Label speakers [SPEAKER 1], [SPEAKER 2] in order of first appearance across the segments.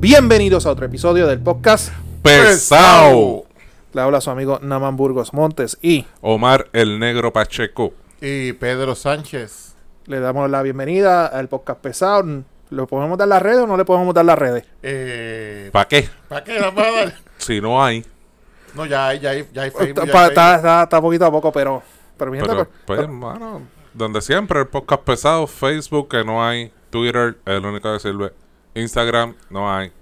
[SPEAKER 1] Bienvenidos a otro episodio del podcast
[SPEAKER 2] Pesao.
[SPEAKER 1] Le habla su amigo Naman Burgos Montes y
[SPEAKER 2] Omar el Negro Pacheco.
[SPEAKER 3] Y Pedro Sánchez.
[SPEAKER 1] le damos la bienvenida al podcast pesado. ¿Lo podemos dar las redes o no le podemos dar las redes?
[SPEAKER 3] Eh,
[SPEAKER 2] ¿Para qué?
[SPEAKER 3] ¿Para qué la vas a dar?
[SPEAKER 2] Si no hay.
[SPEAKER 3] No, ya hay, ya hay, ya hay
[SPEAKER 1] Está,
[SPEAKER 3] Facebook. ya
[SPEAKER 1] pa-
[SPEAKER 3] hay
[SPEAKER 1] está, está- está poquito a poco, pero... Pero, mi gente,
[SPEAKER 2] Pero,
[SPEAKER 1] pues,
[SPEAKER 2] pues, hermano, donde siempre, el podcast pesado, Facebook, que no hay. Twitter, el único que sirve. Instagram, no hay.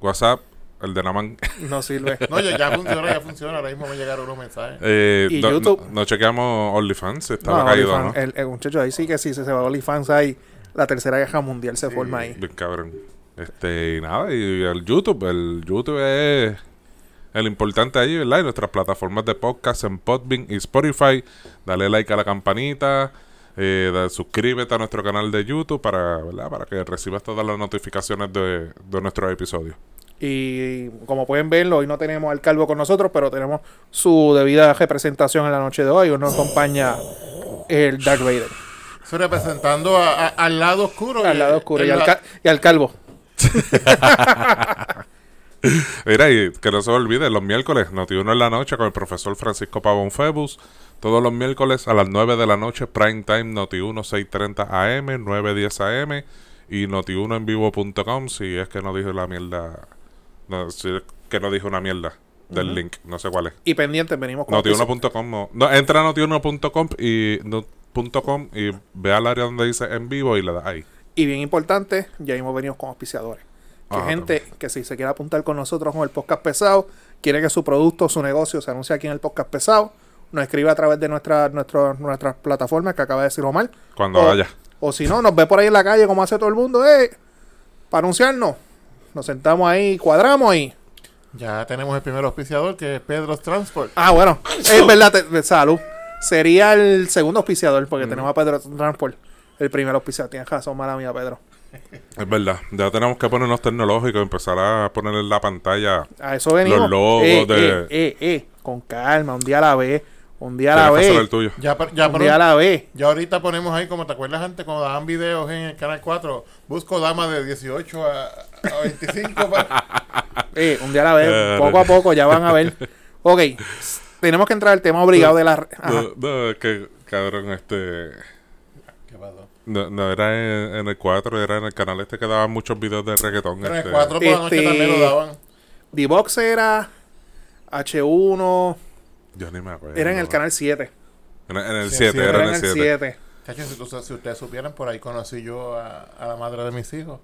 [SPEAKER 2] WhatsApp, el de Naman.
[SPEAKER 1] no sirve.
[SPEAKER 3] Facebook. No, ya, ya funciona, ya funciona. Ahora mismo me llegaron unos mensajes.
[SPEAKER 2] Eh,
[SPEAKER 1] Y
[SPEAKER 2] no,
[SPEAKER 1] YouTube.
[SPEAKER 2] no- no chequeamos OnlyFans, si
[SPEAKER 1] No,
[SPEAKER 2] estaba caído,
[SPEAKER 1] OnlyFans, el, el muchacho ahí sí que sí, se se va a OnlyFans ahí. La tercera guerra mundial se forma
[SPEAKER 2] ¿no?
[SPEAKER 1] ahí.
[SPEAKER 2] Bien cabrón. Este, y nada, y el YouTube. El YouTube es el importante allí, ¿verdad? Y nuestras plataformas de podcast en Podbean y Spotify. Dale like a la campanita. eh, da- suscríbete a nuestro canal de YouTube para, ¿verdad? para que recibas todas las notificaciones de, de nuestros episodios.
[SPEAKER 1] Y como pueden verlo, hoy no tenemos al calvo con nosotros, pero tenemos su debida representación en la noche de hoy. Hoy nos acompaña el Darth Vader.
[SPEAKER 3] Eso representando a- a- al lado oscuro.
[SPEAKER 1] Al lado oscuro.
[SPEAKER 3] El
[SPEAKER 1] Y al,
[SPEAKER 3] la-
[SPEAKER 1] ca- y al calvo.
[SPEAKER 2] Mira, y que no se olvide, los miércoles, Notiuno en la noche con el profesor Francisco Pavón Febus. Todos los miércoles a las 9 de la noche, prime time, Notiuno 6.30 AM, 9.10 AM y Notiuno en vivo.com si es que no dije la mierda, no, si es que no dije una mierda del link, no sé cuál es.
[SPEAKER 1] Y pendientes, venimos con auspicio.
[SPEAKER 2] Notiuno.com, no, no, entra a notiuno.com y, no- punto com y ve al área donde dice en vivo y le da ahí.
[SPEAKER 1] Y bien importante, ya hemos venido con auspiciadores. Que
[SPEAKER 2] Ajá,
[SPEAKER 1] gente que si se quiere apuntar con nosotros con el podcast pesado, quiere que su producto, su negocio se anuncie aquí en el podcast pesado, nos escribe a través de nuestra, nuestro- nuestras plataformas que acaba de decir Omar.
[SPEAKER 2] Cuando
[SPEAKER 1] o,
[SPEAKER 2] vaya.
[SPEAKER 1] O si no, nos ve por ahí en la calle como hace todo el mundo, eh, para anunciarnos. Nos sentamos ahí, cuadramos y...
[SPEAKER 3] Ya tenemos el primer auspiciador que es Pedro's Transport.
[SPEAKER 1] Ah, bueno, es verdad, te- te- salud. Sería el segundo auspiciador porque tenemos a Pedro Transport. El primer auspiciador, tienes razón, mala mía, Pedro.
[SPEAKER 2] Es verdad, ya tenemos que ponernos tecnológicos, empezar a poner en la pantalla
[SPEAKER 1] A eso venimos.
[SPEAKER 2] Los logos
[SPEAKER 1] Eh,
[SPEAKER 2] de-
[SPEAKER 1] eh, eh, eh, con calma, un día a la vez. Un día a la
[SPEAKER 2] Tienes que hacer
[SPEAKER 1] vez.
[SPEAKER 2] el tuyo.
[SPEAKER 3] Ya, per- ya,
[SPEAKER 1] Un
[SPEAKER 3] per-
[SPEAKER 1] día a la vez.
[SPEAKER 3] ya ahorita ponemos ahí, como te acuerdas antes, cuando daban videos en el Canal 4, busco damas de 18 a, a 25. para-
[SPEAKER 1] Eh, un día a la vez.
[SPEAKER 2] Eh,
[SPEAKER 1] Poco a poco ya van a ver. Ok. s- Tenemos que entrar al tema obligado de la. Ajá.
[SPEAKER 2] No, no, es que, cabrón, este.
[SPEAKER 3] ¿Qué pasó?
[SPEAKER 2] No, no era en, en el 4, era en el canal este que daban muchos videos de reggaetón.
[SPEAKER 3] Pero en
[SPEAKER 2] este.
[SPEAKER 3] el 4 por la noche
[SPEAKER 1] Este-
[SPEAKER 3] también lo daban.
[SPEAKER 1] D-Box era H1.
[SPEAKER 2] Yo ni me acuerdo.
[SPEAKER 1] Era en el canal 7.
[SPEAKER 2] En, en el
[SPEAKER 3] Sí,
[SPEAKER 2] 7,
[SPEAKER 3] sí,
[SPEAKER 2] era, en el 7.
[SPEAKER 1] 7.
[SPEAKER 3] Chacho, si, tú- si ustedes supieran, por ahí conocí yo a, a la madre de mis hijos.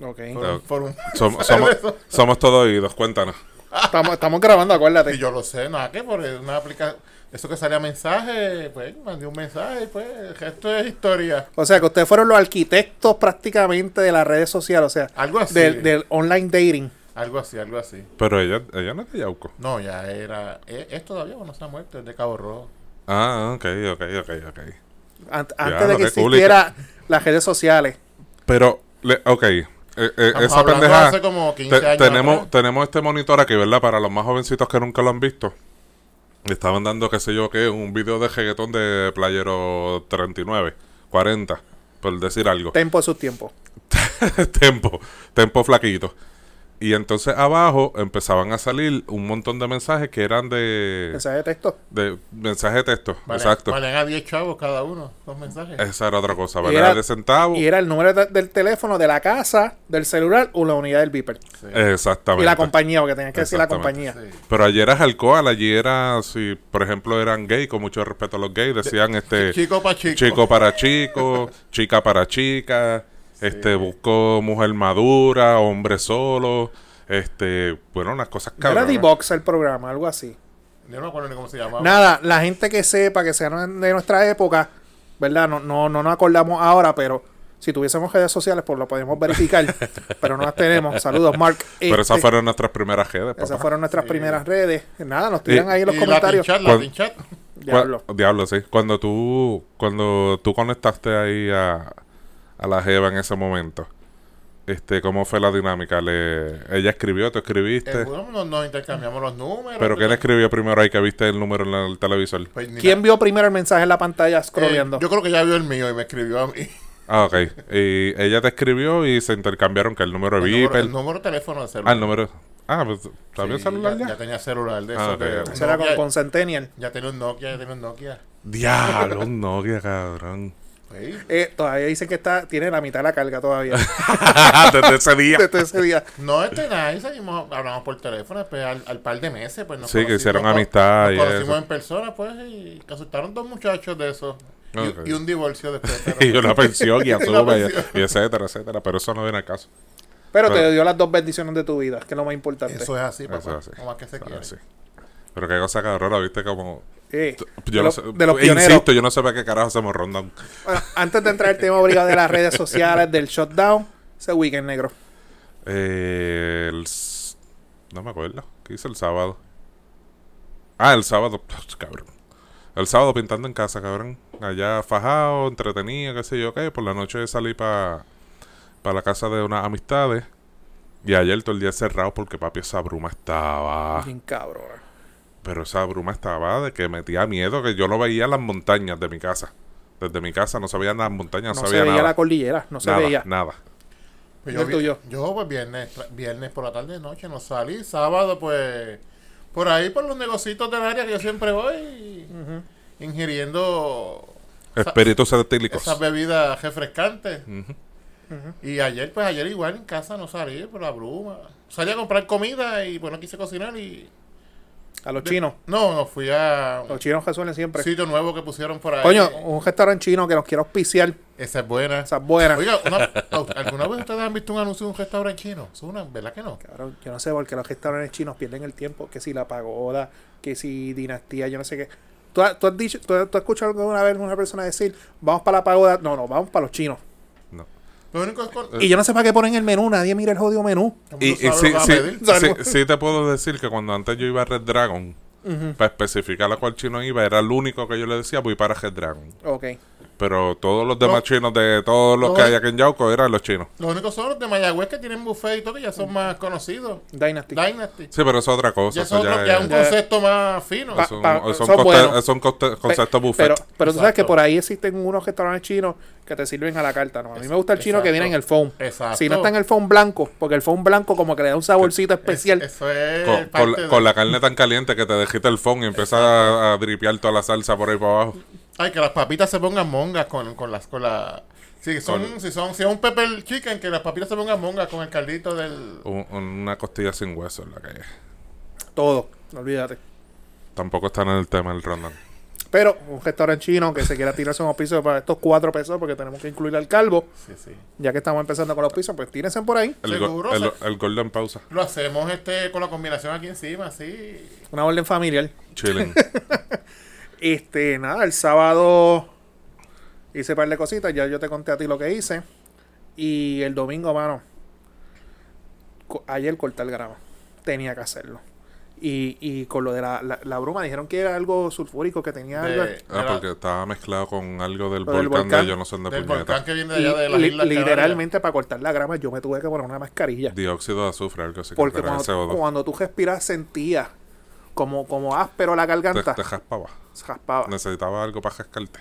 [SPEAKER 1] Ok.
[SPEAKER 3] Por, un- por un-
[SPEAKER 2] Som- somos, somos todos oídos, cuéntanos.
[SPEAKER 1] Estamos, estamos grabando,
[SPEAKER 3] Y
[SPEAKER 1] acuérdate.
[SPEAKER 3] yo lo sé, nada que por una aplicación. Eso que salía mensaje, pues mandé un mensaje, pues el resto es historia.
[SPEAKER 1] O sea, que ustedes fueron los arquitectos prácticamente de las redes sociales. O sea,
[SPEAKER 3] Algo así.
[SPEAKER 1] del, del online dating.
[SPEAKER 3] Algo así, algo así.
[SPEAKER 2] Pero ella, ella no es de Yauco.
[SPEAKER 3] No, ya era. e- Es, todavía cuando se ha muerto, es de Cabo Rojo.
[SPEAKER 2] Ah, ok, ok, ok, ok.
[SPEAKER 1] Ant-
[SPEAKER 2] Ya,
[SPEAKER 1] antes
[SPEAKER 2] lo
[SPEAKER 1] de que
[SPEAKER 2] que publica.
[SPEAKER 1] existiera las redes sociales.
[SPEAKER 2] Pero, le- ok. eh, eh,
[SPEAKER 3] Estamos
[SPEAKER 2] esa
[SPEAKER 3] hablando
[SPEAKER 2] pendeja.
[SPEAKER 3] hace como 15
[SPEAKER 2] te-
[SPEAKER 3] años
[SPEAKER 2] tenemos,
[SPEAKER 3] atrás.
[SPEAKER 2] tenemos este monitor aquí, ¿verdad? Para los más jovencitos que nunca lo han visto. Le Estaban dando, qué sé yo, qué, un video de reggaetón de Playero 39, 40, por decir algo.
[SPEAKER 1] Tempo de sus tiempos.
[SPEAKER 2] tempo, tempo flaquito. Y entonces abajo empezaban a salir un montón de mensajes que eran de,
[SPEAKER 1] Mensaje de texto.
[SPEAKER 2] de mensaje de texto.
[SPEAKER 3] Vale-
[SPEAKER 2] Exacto.
[SPEAKER 3] Valían a 10 chavos cada uno, dos mensajes.
[SPEAKER 2] Esa era otra cosa,
[SPEAKER 1] Y
[SPEAKER 2] ¿verdad?
[SPEAKER 1] era-
[SPEAKER 2] de centavos.
[SPEAKER 1] Y era el número de- del teléfono, de la casa, del celular o la unidad del beeper.
[SPEAKER 3] Sí.
[SPEAKER 2] Exactamente.
[SPEAKER 1] Y la compañía, porque tenías que decir la
[SPEAKER 2] Exactamente.
[SPEAKER 1] compañía.
[SPEAKER 3] Sí.
[SPEAKER 2] Pero ayer era alcohol, allí era, si por ejemplo eran gay, con mucho respeto a los gays, decían este
[SPEAKER 3] Chico pa' chico.
[SPEAKER 2] chico para chico, chica para chica, este buscó mujer madura, hombre solo, este, bueno, unas cosas
[SPEAKER 1] Era
[SPEAKER 2] cabronas.
[SPEAKER 1] D-Box el programa, algo así.
[SPEAKER 3] Yo no me acuerdo ni cómo se llamaba.
[SPEAKER 1] Nada, la gente que sepa, que sean de nuestra época, ¿verdad? No, no, no nos acordamos ahora, pero si tuviésemos redes sociales, pues lo podemos verificar. pero no las tenemos. Saludos, Mark.
[SPEAKER 2] Pero esas
[SPEAKER 1] Este,
[SPEAKER 2] fueron nuestras primeras redes, papá.
[SPEAKER 1] esas fueron nuestras
[SPEAKER 3] Sí.
[SPEAKER 1] primeras redes. Nada, nos tiran
[SPEAKER 2] Y-
[SPEAKER 1] ahí los
[SPEAKER 3] Y
[SPEAKER 1] comentarios.
[SPEAKER 3] Latin chat,
[SPEAKER 2] ¿Cuál?
[SPEAKER 3] Latin chat.
[SPEAKER 1] Diablo.
[SPEAKER 2] Cuan- Diablo, sí. Cuando tú, cuando tú conectaste ahí a, a la Jeva en ese momento, este, ¿cómo fue la dinámica? Le, ella escribió, tú escribiste.
[SPEAKER 3] Eh, bueno, nos, nos intercambiamos los números.
[SPEAKER 2] pero ¿quién escribió primero ahí que viste el número en el televisor?
[SPEAKER 3] Pues ni
[SPEAKER 1] ¿Quién
[SPEAKER 3] la-
[SPEAKER 1] vio primero el mensaje en la pantalla
[SPEAKER 3] Eh,
[SPEAKER 1] scrolleando?
[SPEAKER 3] yo creo que ya vio el mío y me escribió a mí.
[SPEAKER 2] Ah, ok. Y ella te escribió y se intercambiaron que el número de
[SPEAKER 3] El número,
[SPEAKER 2] Viper.
[SPEAKER 3] el número de teléfono de celular.
[SPEAKER 2] Ah, el número. Ah, pues, ¿sabía
[SPEAKER 3] Sí,
[SPEAKER 2] celular
[SPEAKER 3] ya?
[SPEAKER 2] ya?
[SPEAKER 3] tenía celular de
[SPEAKER 2] Ah,
[SPEAKER 3] eso.
[SPEAKER 2] ok,
[SPEAKER 3] que-
[SPEAKER 2] ok.
[SPEAKER 1] Eso era con,
[SPEAKER 3] Nokia-
[SPEAKER 1] con Centennial.
[SPEAKER 3] Ya tenía un Nokia, ya tenía un Nokia.
[SPEAKER 2] Diablo, un Nokia, cabrón.
[SPEAKER 3] Sí.
[SPEAKER 1] Eh, todavía dicen que está, tiene la mitad de la carga todavía.
[SPEAKER 2] Desde ese día.
[SPEAKER 1] Desde ese día.
[SPEAKER 3] No, este nada, ahí seguimos, hablamos por teléfono, después al, al par de meses, pues nos
[SPEAKER 2] Sí, que
[SPEAKER 3] conocimos,
[SPEAKER 2] hicieron
[SPEAKER 3] co-
[SPEAKER 2] amistad y
[SPEAKER 3] Nos conocimos
[SPEAKER 2] eso.
[SPEAKER 3] en persona, pues, y que asustaron dos muchachos de esos. Y-
[SPEAKER 2] Ok.
[SPEAKER 3] Y, un divorcio después.
[SPEAKER 2] y
[SPEAKER 3] pero-
[SPEAKER 2] una pensión y asume,
[SPEAKER 3] pensión.
[SPEAKER 2] y, y etcétera, etcétera. Pero eso no viene al caso.
[SPEAKER 1] Pero
[SPEAKER 2] Pero-
[SPEAKER 1] te dio las dos bendiciones de tu vida, que es lo más importante.
[SPEAKER 3] Eso es así, papá.
[SPEAKER 2] Eso es así.
[SPEAKER 3] O más que se
[SPEAKER 2] Ah,
[SPEAKER 3] quiere.
[SPEAKER 2] sí. Pero qué cosa cabrona, viste como.
[SPEAKER 1] Eh,
[SPEAKER 2] Yo
[SPEAKER 1] de,
[SPEAKER 2] no
[SPEAKER 1] lo-
[SPEAKER 2] sé-
[SPEAKER 1] de los pioneros.
[SPEAKER 2] Insisto, yo no sé para qué carajo se me rondan.
[SPEAKER 1] Bueno, antes de entrar al tema obligado de las redes sociales, del shutdown, ese weekend negro.
[SPEAKER 2] Eh, el s- no me acuerdo. ¿Qué hice el sábado? Ah, el sábado. Cabrón. El sábado pintando en casa, cabrón. Allá fajado, entretenido, qué sé yo qué. Por la noche salí para la casa de unas amistades. Y ayer todo el día cerrado porque papi esa bruma estaba.
[SPEAKER 1] Bien cabrón.
[SPEAKER 2] Pero esa bruma estaba de que metía miedo que yo no veía las montañas de mi casa. Desde mi casa no se veían las montañas,
[SPEAKER 1] No, se
[SPEAKER 2] no, sabía
[SPEAKER 1] veía
[SPEAKER 2] nada.
[SPEAKER 1] la cordillera, no se
[SPEAKER 2] nada,
[SPEAKER 1] veía.
[SPEAKER 2] nada.
[SPEAKER 3] Pues
[SPEAKER 1] ¿Y el
[SPEAKER 3] vi-
[SPEAKER 1] tuyo?
[SPEAKER 3] Yo, pues, viernes, tra- viernes por la tarde, noche, no salí. Sábado, pues, por ahí, por los negocitos del área que yo siempre voy,
[SPEAKER 1] Ujú.
[SPEAKER 3] ingiriendo esa-
[SPEAKER 2] Espíritus etílicos.
[SPEAKER 3] esas bebidas refrescantes.
[SPEAKER 2] Ujú.
[SPEAKER 3] Y ayer, pues ayer igual en casa no salí por la bruma. Salí a comprar comida y pues no quise cocinar y...
[SPEAKER 1] A los chinos.
[SPEAKER 3] No, no, fui a
[SPEAKER 1] Los chinos resuelven
[SPEAKER 3] un
[SPEAKER 1] siempre.
[SPEAKER 3] sitio nuevo que pusieron por ahí. Eh,
[SPEAKER 1] Coño, un restaurante chino que nos quiera auspiciar.
[SPEAKER 3] Esa es buena.
[SPEAKER 1] Esa es buena.
[SPEAKER 3] Oiga, una- ¿alguna vez ustedes han visto un anuncio de un restaurante chino? Es una, ¿verdad que no?
[SPEAKER 1] Cabrón, yo no sé por qué los restaurantes chinos pierden el tiempo. Que si la pagoda, que si dinastía, yo no sé qué. ¿Tú, has- tú has dicho, tú, has- tú has escuchado alguna vez una persona decir, vamos para la pagoda? No, no, vamos para los chinos.
[SPEAKER 2] No.
[SPEAKER 3] Lo único es con...
[SPEAKER 1] Y yo no sé para qué ponen el menú, nadie mira el jodido menú.
[SPEAKER 3] todo el
[SPEAKER 2] Eh, Y,
[SPEAKER 3] mundo
[SPEAKER 2] y
[SPEAKER 3] sabe
[SPEAKER 2] sí,
[SPEAKER 3] lo que va a
[SPEAKER 2] sí,
[SPEAKER 3] pedir.
[SPEAKER 2] sí,
[SPEAKER 1] Salvo-
[SPEAKER 2] sí te puedo decir que cuando antes yo iba a Red Dragon, para especificar a cuál chino iba, era el único que yo le decía, voy para Red Dragon.
[SPEAKER 1] Ok.
[SPEAKER 2] Pero todos los demás
[SPEAKER 3] No.
[SPEAKER 2] chinos de todos los
[SPEAKER 3] No,
[SPEAKER 2] que
[SPEAKER 3] eh.
[SPEAKER 2] hay aquí en Yauco eran los chinos.
[SPEAKER 3] Los únicos son los de Mayagüez que tienen buffet y todo, que ya son más conocidos.
[SPEAKER 1] Dynasty.
[SPEAKER 3] Dynasty.
[SPEAKER 2] Sí, pero eso es otra cosa.
[SPEAKER 3] Ya
[SPEAKER 2] eso
[SPEAKER 3] son
[SPEAKER 2] ya
[SPEAKER 3] otros- ya es un
[SPEAKER 2] es-
[SPEAKER 1] ya-
[SPEAKER 3] concepto más fino.
[SPEAKER 1] Pa-
[SPEAKER 2] son-
[SPEAKER 1] pa-
[SPEAKER 2] son
[SPEAKER 1] son
[SPEAKER 2] conte-
[SPEAKER 1] buenos.
[SPEAKER 2] son conte- conceptos
[SPEAKER 1] Pe-
[SPEAKER 2] buffet.
[SPEAKER 1] Pero, pero tú sabes que
[SPEAKER 3] Exacto.
[SPEAKER 1] por ahí existen unos restaurantes chinos que te sirven a la carta, ¿no? A mí me gusta el chino que viene en el foam.
[SPEAKER 3] Exacto.
[SPEAKER 1] Si no está en el foam blanco, porque el foam blanco como que le da un saborcito especial.
[SPEAKER 3] Eso es
[SPEAKER 2] con,
[SPEAKER 3] parte
[SPEAKER 2] con la-
[SPEAKER 3] de-
[SPEAKER 2] con la carne tan caliente que te dejita el fondo y empieza a, a dripear toda la salsa por ahí para abajo.
[SPEAKER 3] Ay, que las papitas se pongan mongas con, con las con la si son,
[SPEAKER 2] Con-
[SPEAKER 3] si son, si es un pepper chicken, que las papitas se pongan mongas con el caldito del
[SPEAKER 2] Un- una costilla sin hueso en la calle.
[SPEAKER 1] Todo, no olvídate.
[SPEAKER 2] Tampoco está en el tema del rondón.
[SPEAKER 1] Pero un restaurante chino que se quiera tirarse unos pisos para estos cuatro pesos, porque tenemos que incluir al calvo,
[SPEAKER 3] Sí, sí.
[SPEAKER 1] ya que estamos empezando con los pisos, pues tírense por ahí.
[SPEAKER 2] El, go-
[SPEAKER 3] Seguro,
[SPEAKER 2] el,
[SPEAKER 3] se-
[SPEAKER 2] el golden pausa.
[SPEAKER 3] Lo hacemos este con la combinación aquí encima, sí.
[SPEAKER 1] Una orden familiar.
[SPEAKER 2] Chilling.
[SPEAKER 1] Este, nada, el sábado hice un par de cositas, ya yo te conté a ti lo que hice. Y el domingo, mano, co- ayer corté el grama, tenía que hacerlo. Y, y con lo de la, la- la bruma, dijeron que era algo sulfúrico que tenía algo.
[SPEAKER 3] De-
[SPEAKER 2] Ah,
[SPEAKER 3] de la-
[SPEAKER 2] porque estaba mezclado con algo del
[SPEAKER 1] Lo del
[SPEAKER 2] volcán,
[SPEAKER 1] volcán.
[SPEAKER 2] de yo no sé dónde
[SPEAKER 3] del
[SPEAKER 2] puñeta.
[SPEAKER 3] volcán que viene de
[SPEAKER 1] Y
[SPEAKER 3] allá de las
[SPEAKER 1] li-
[SPEAKER 3] islas Canarias.
[SPEAKER 1] literalmente para cortar la grama yo me tuve que poner una mascarilla.
[SPEAKER 2] Dióxido de azufre, algo así.
[SPEAKER 1] Porque
[SPEAKER 2] que era el
[SPEAKER 1] cuando,
[SPEAKER 2] CO2.
[SPEAKER 1] cuando tú respiras sentías como, como áspero la
[SPEAKER 2] Te,
[SPEAKER 1] garganta,
[SPEAKER 2] te jaspaba.
[SPEAKER 1] se raspaba.
[SPEAKER 2] Necesitaba algo para jascarte.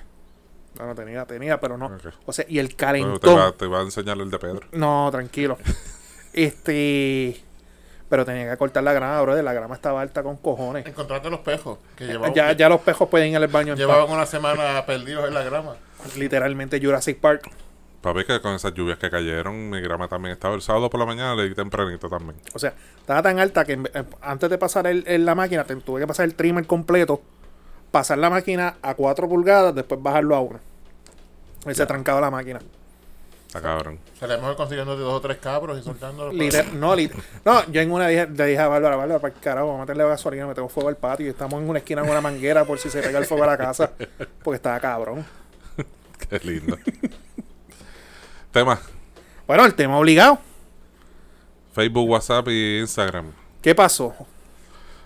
[SPEAKER 1] No, no tenía, tenía, pero no.
[SPEAKER 2] Ok.
[SPEAKER 1] O sea, y el
[SPEAKER 2] Pero
[SPEAKER 1] calentón.
[SPEAKER 2] Te va, te va a enseñar el de Pedro.
[SPEAKER 1] No, tranquilo. este. Pero tenía que cortar la grama, brother. La grama estaba alta con cojones.
[SPEAKER 3] Encontraste los pejos que llevaban,
[SPEAKER 1] Eh, Ya, ya los pejos pueden ir al baño en
[SPEAKER 3] llevaban una semana perdidos en la grama.
[SPEAKER 1] paz. Literalmente Jurassic Park.
[SPEAKER 2] Para ver que con esas lluvias que cayeron, mi grama también estaba. El sábado por la mañana le di tempranito también.
[SPEAKER 1] O sea, estaba tan alta que en ve- eh, antes de pasar el, el- la máquina, te- tuve que pasar el trimmer completo, pasar la máquina a 4 pulgadas, después bajarlo a 1. Y se trancaba la máquina.
[SPEAKER 2] Está cabrón.
[SPEAKER 3] Se le mejor consiguiendo de dos o tres cabros y soltándolos. para-
[SPEAKER 1] Liter- no, lit- no, yo en una dije- le dije a Bárbara, Bárbara, para el carajo, vamos a meterle gasolina, metemos fuego al patio y estamos en una esquina con una manguera por si se pega el fuego a la casa. Porque estaba cabrón.
[SPEAKER 2] Qué lindo. Tema.
[SPEAKER 1] Bueno, el tema obligado.
[SPEAKER 2] Facebook, WhatsApp y Instagram.
[SPEAKER 1] ¿Qué pasó?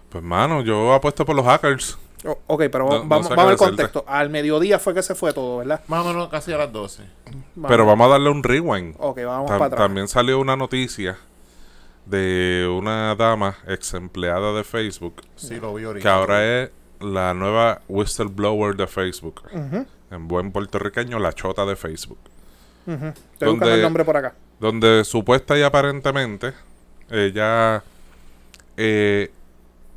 [SPEAKER 2] Pues, mano, yo apuesto por los hackers.
[SPEAKER 1] O- ok, pero
[SPEAKER 2] No- no
[SPEAKER 1] vamos,
[SPEAKER 2] sé
[SPEAKER 1] vamos al
[SPEAKER 2] qué decirte.
[SPEAKER 1] contexto. Al mediodía fue que se fue todo, ¿verdad?
[SPEAKER 3] Más o menos casi a las 12.
[SPEAKER 1] Vamos.
[SPEAKER 2] Pero vamos a darle un rewind.
[SPEAKER 1] Ok, vamos
[SPEAKER 2] Tam-
[SPEAKER 1] para atrás.
[SPEAKER 2] También salió una noticia de una dama ex empleada de Facebook
[SPEAKER 3] Sí, lo vi ahorita.
[SPEAKER 2] que ahora es la nueva whistleblower de Facebook.
[SPEAKER 1] Ujú.
[SPEAKER 2] En buen puertorriqueño, la chota de Facebook.
[SPEAKER 1] Ujú. Estoy buscando el nombre por acá.
[SPEAKER 2] donde supuesta y aparentemente ella eh,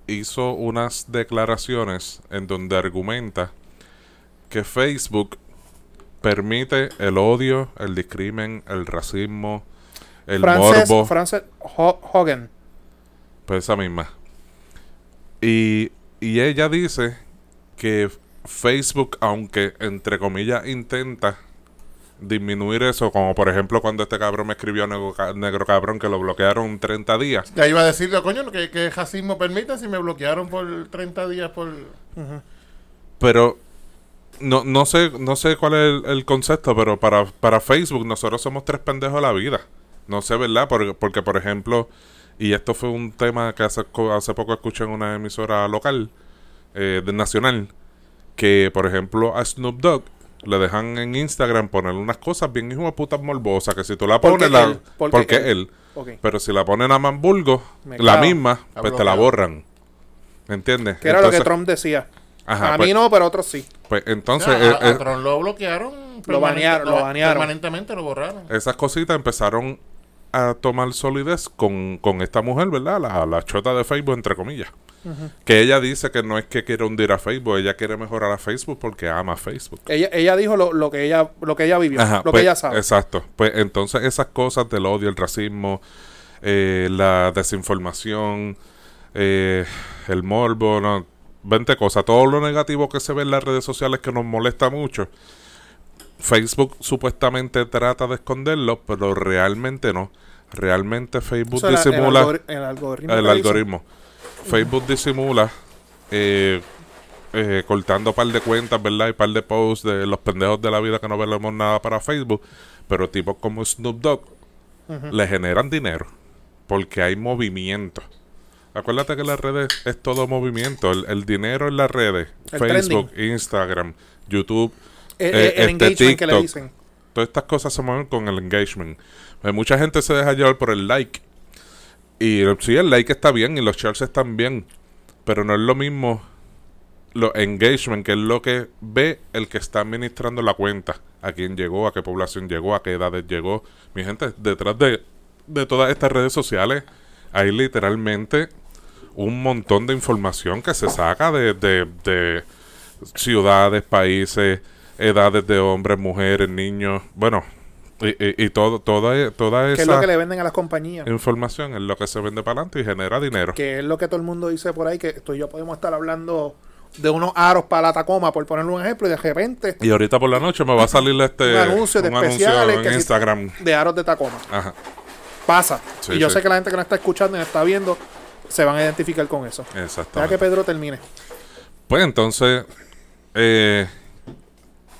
[SPEAKER 2] hizo unas declaraciones en donde argumenta que Facebook permite el odio, el discrimen, el racismo, el
[SPEAKER 1] Frances,
[SPEAKER 2] morbo,
[SPEAKER 1] Frances Ho- Hogan.
[SPEAKER 2] pues esa misma. Y, y ella dice que Facebook, aunque entre comillas intenta disminuir eso, como por ejemplo cuando este cabrón me escribió negro, ca- negro cabrón que lo bloquearon 30 días.
[SPEAKER 3] Ya iba a decirle, coño, que, que racismo permite si me bloquearon por 30 días por...
[SPEAKER 2] Pero no, no sé no sé cuál es el, el concepto, pero para, para Facebook nosotros somos tres pendejos de la vida. No sé, ¿verdad? Porque, porque, por ejemplo, y esto fue un tema que hace, co- hace poco escuché en una emisora local, eh, de- nacional, que, por ejemplo, a Snoop Dogg le dejan en Instagram poner unas cosas bien hijo de putas morbosas, que si tú la
[SPEAKER 1] Porque
[SPEAKER 2] pones, la,
[SPEAKER 1] él, porque
[SPEAKER 2] porque,
[SPEAKER 1] él.
[SPEAKER 2] él.
[SPEAKER 1] Ok.
[SPEAKER 2] Pero si la ponen a Mamburgo,
[SPEAKER 1] Me
[SPEAKER 2] la
[SPEAKER 1] cago.
[SPEAKER 2] misma,
[SPEAKER 3] La
[SPEAKER 2] pues te la
[SPEAKER 3] bloquean.
[SPEAKER 2] borran. ¿Entiendes?
[SPEAKER 1] Que era
[SPEAKER 2] Entonces-
[SPEAKER 1] lo que Trump decía.
[SPEAKER 2] Ajá,
[SPEAKER 1] a
[SPEAKER 2] pues-
[SPEAKER 1] mí no, pero otros sí.
[SPEAKER 2] pues
[SPEAKER 3] O
[SPEAKER 2] entonces...
[SPEAKER 3] sea,
[SPEAKER 2] eh,
[SPEAKER 3] a- a
[SPEAKER 2] eh,
[SPEAKER 3] Tron lo bloquearon.
[SPEAKER 1] Lo banearon, lo
[SPEAKER 3] permanente-
[SPEAKER 1] banearon.
[SPEAKER 3] Permanentemente lo borraron.
[SPEAKER 2] eh, esas cositas empezaron a tomar solidez con, con esta mujer, ¿verdad? La, la chota de Facebook, entre comillas. Que ella dice que no es que quiere hundir a Facebook, ella quiere mejorar a Facebook porque ama a Facebook.
[SPEAKER 1] Ella, ella dijo lo, lo que ella lo que ella vivió,
[SPEAKER 2] Ajá,
[SPEAKER 1] lo
[SPEAKER 2] pues,
[SPEAKER 1] que ella sabe.
[SPEAKER 2] Exacto. Pues entonces esas cosas del odio, el racismo, eh, la desinformación, eh, el morbo, no, 20 cosas, todo lo negativo que se ve en las redes sociales que nos molesta mucho. Facebook supuestamente trata de esconderlo, pero realmente no. Realmente Facebook
[SPEAKER 1] Eso era el,
[SPEAKER 2] disimula
[SPEAKER 1] algori- el algoritmo.
[SPEAKER 2] el
[SPEAKER 1] que dice.
[SPEAKER 2] algoritmo. Facebook disimula eh, eh, cortando par de cuentas, ¿verdad? Y par de posts de los pendejos de la vida que no veremos nada para Facebook. Pero tipos como Snoop Dogg le generan dinero porque hay movimiento. Acuérdate que las redes es todo movimiento. El, el dinero en las redes,
[SPEAKER 1] El
[SPEAKER 2] Facebook, Instagram, YouTube,
[SPEAKER 1] El,
[SPEAKER 2] eh,
[SPEAKER 1] el- el
[SPEAKER 2] este,
[SPEAKER 1] engagement que le
[SPEAKER 2] TikTok.
[SPEAKER 1] dicen.
[SPEAKER 2] Todas estas cosas se mueven con el engagement. Eh, mucha gente se deja llevar por el like. Y eh, sí, el like está bien y los shares están bien. Pero no es lo mismo lo engagement, que es lo que ve el que está administrando la cuenta. A quién llegó, a qué población llegó, a qué edades llegó. Mi gente, detrás de, de todas estas redes sociales hay literalmente un montón de información que se saca de, de- de ciudades, países, edades de hombres, mujeres, niños, bueno, y, y- y todo, toda, toda
[SPEAKER 1] Que es lo
[SPEAKER 2] esa
[SPEAKER 1] que le venden a las compañías.
[SPEAKER 2] información es lo que se vende para adelante y genera dinero.
[SPEAKER 1] Que es lo que todo el mundo dice por ahí, que tú y yo podemos estar hablando de unos aros para la Tacoma, por ponerle un ejemplo, y de repente
[SPEAKER 2] Y ahorita por la noche me va a salir este
[SPEAKER 1] un anuncio de
[SPEAKER 2] un anuncio
[SPEAKER 1] especiales que
[SPEAKER 2] en
[SPEAKER 1] si-
[SPEAKER 2] Instagram.
[SPEAKER 1] de aros de Tacoma.
[SPEAKER 2] Ajá,
[SPEAKER 1] Pasa.
[SPEAKER 2] Sí,
[SPEAKER 1] y yo
[SPEAKER 2] sí.
[SPEAKER 1] sé que la gente que nos está escuchando y nos está viendo se van a identificar con eso. Ya
[SPEAKER 2] exactamente.
[SPEAKER 1] que Pedro termine.
[SPEAKER 2] Pues entonces, eh,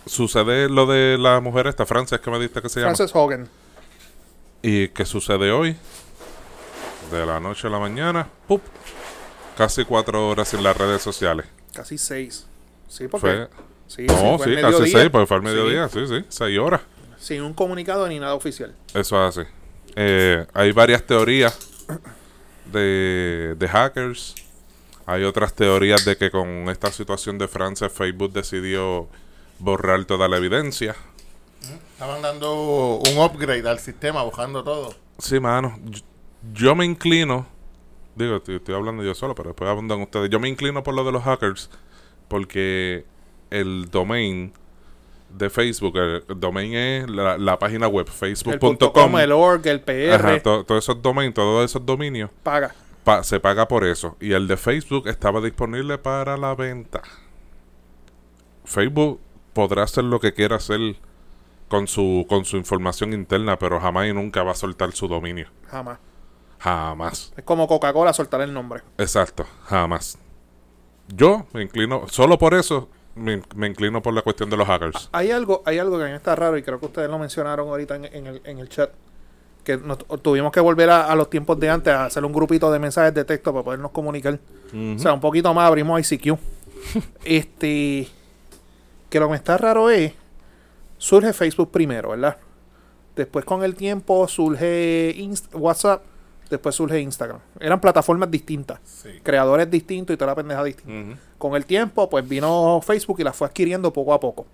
[SPEAKER 2] sucede lo de la mujer esta, Frances, que me diste que se llama.
[SPEAKER 1] Frances Hogan.
[SPEAKER 2] ¿Y qué sucede hoy? De la noche a la mañana, ¡pup! Casi cuatro horas en las redes sociales.
[SPEAKER 1] Casi seis. Sí, porque.
[SPEAKER 2] Fue-
[SPEAKER 1] sí,
[SPEAKER 2] no,
[SPEAKER 1] fue al
[SPEAKER 2] sí,
[SPEAKER 1] mediodía,
[SPEAKER 2] casi seis, pues. porque fue al
[SPEAKER 1] Sí.
[SPEAKER 2] mediodía, sí, sí, seis horas.
[SPEAKER 1] Sin un comunicado ni nada oficial.
[SPEAKER 2] Eso es así. Eh, hay varias teorías de, de hackers. Hay otras teorías de que con esta situación de Francia, Facebook decidió borrar toda la evidencia.
[SPEAKER 3] Estaban dando un upgrade al sistema, bajando todo.
[SPEAKER 2] Sí, mano. Yo, yo me inclino. Digo, estoy, estoy hablando yo solo, pero después abundan ustedes. Yo me inclino por lo de los hackers. Porque el domain de Facebook, el, el domain es la, la página web,
[SPEAKER 1] El punto com,
[SPEAKER 2] facebook.com.
[SPEAKER 1] el org, el PR,
[SPEAKER 2] Ajá, to- todos esos domain, todos esos dominios,
[SPEAKER 1] paga.
[SPEAKER 2] pa- se paga por eso. Y el de Facebook estaba disponible para la venta. Facebook podrá hacer lo que quiera hacer con su, con su información interna, pero jamás y nunca va a soltar su dominio.
[SPEAKER 1] Jamás.
[SPEAKER 2] Jamás.
[SPEAKER 1] Es como Coca-Cola soltar el nombre.
[SPEAKER 2] Exacto, jamás. Yo me inclino, solo por eso me, me inclino por la cuestión de los hackers.
[SPEAKER 1] Hay algo, hay algo que a mí me está raro y creo que ustedes lo mencionaron ahorita en, en el, en el chat. Que nos- tuvimos que volver a, a los tiempos de antes a hacer un grupito de mensajes de texto para podernos comunicar. O sea, un poquito más abrimos ICQ. este. Que lo que me está raro es. Surge Facebook primero, ¿verdad? Después, con el tiempo, surge Inst- WhatsApp. Después surge Instagram. Eran plataformas distintas.
[SPEAKER 3] Sí.
[SPEAKER 1] Creadores distintos y toda la pendeja distinta.
[SPEAKER 2] Ujú.
[SPEAKER 1] Con el tiempo, pues vino Facebook y la fue adquiriendo poco a poco.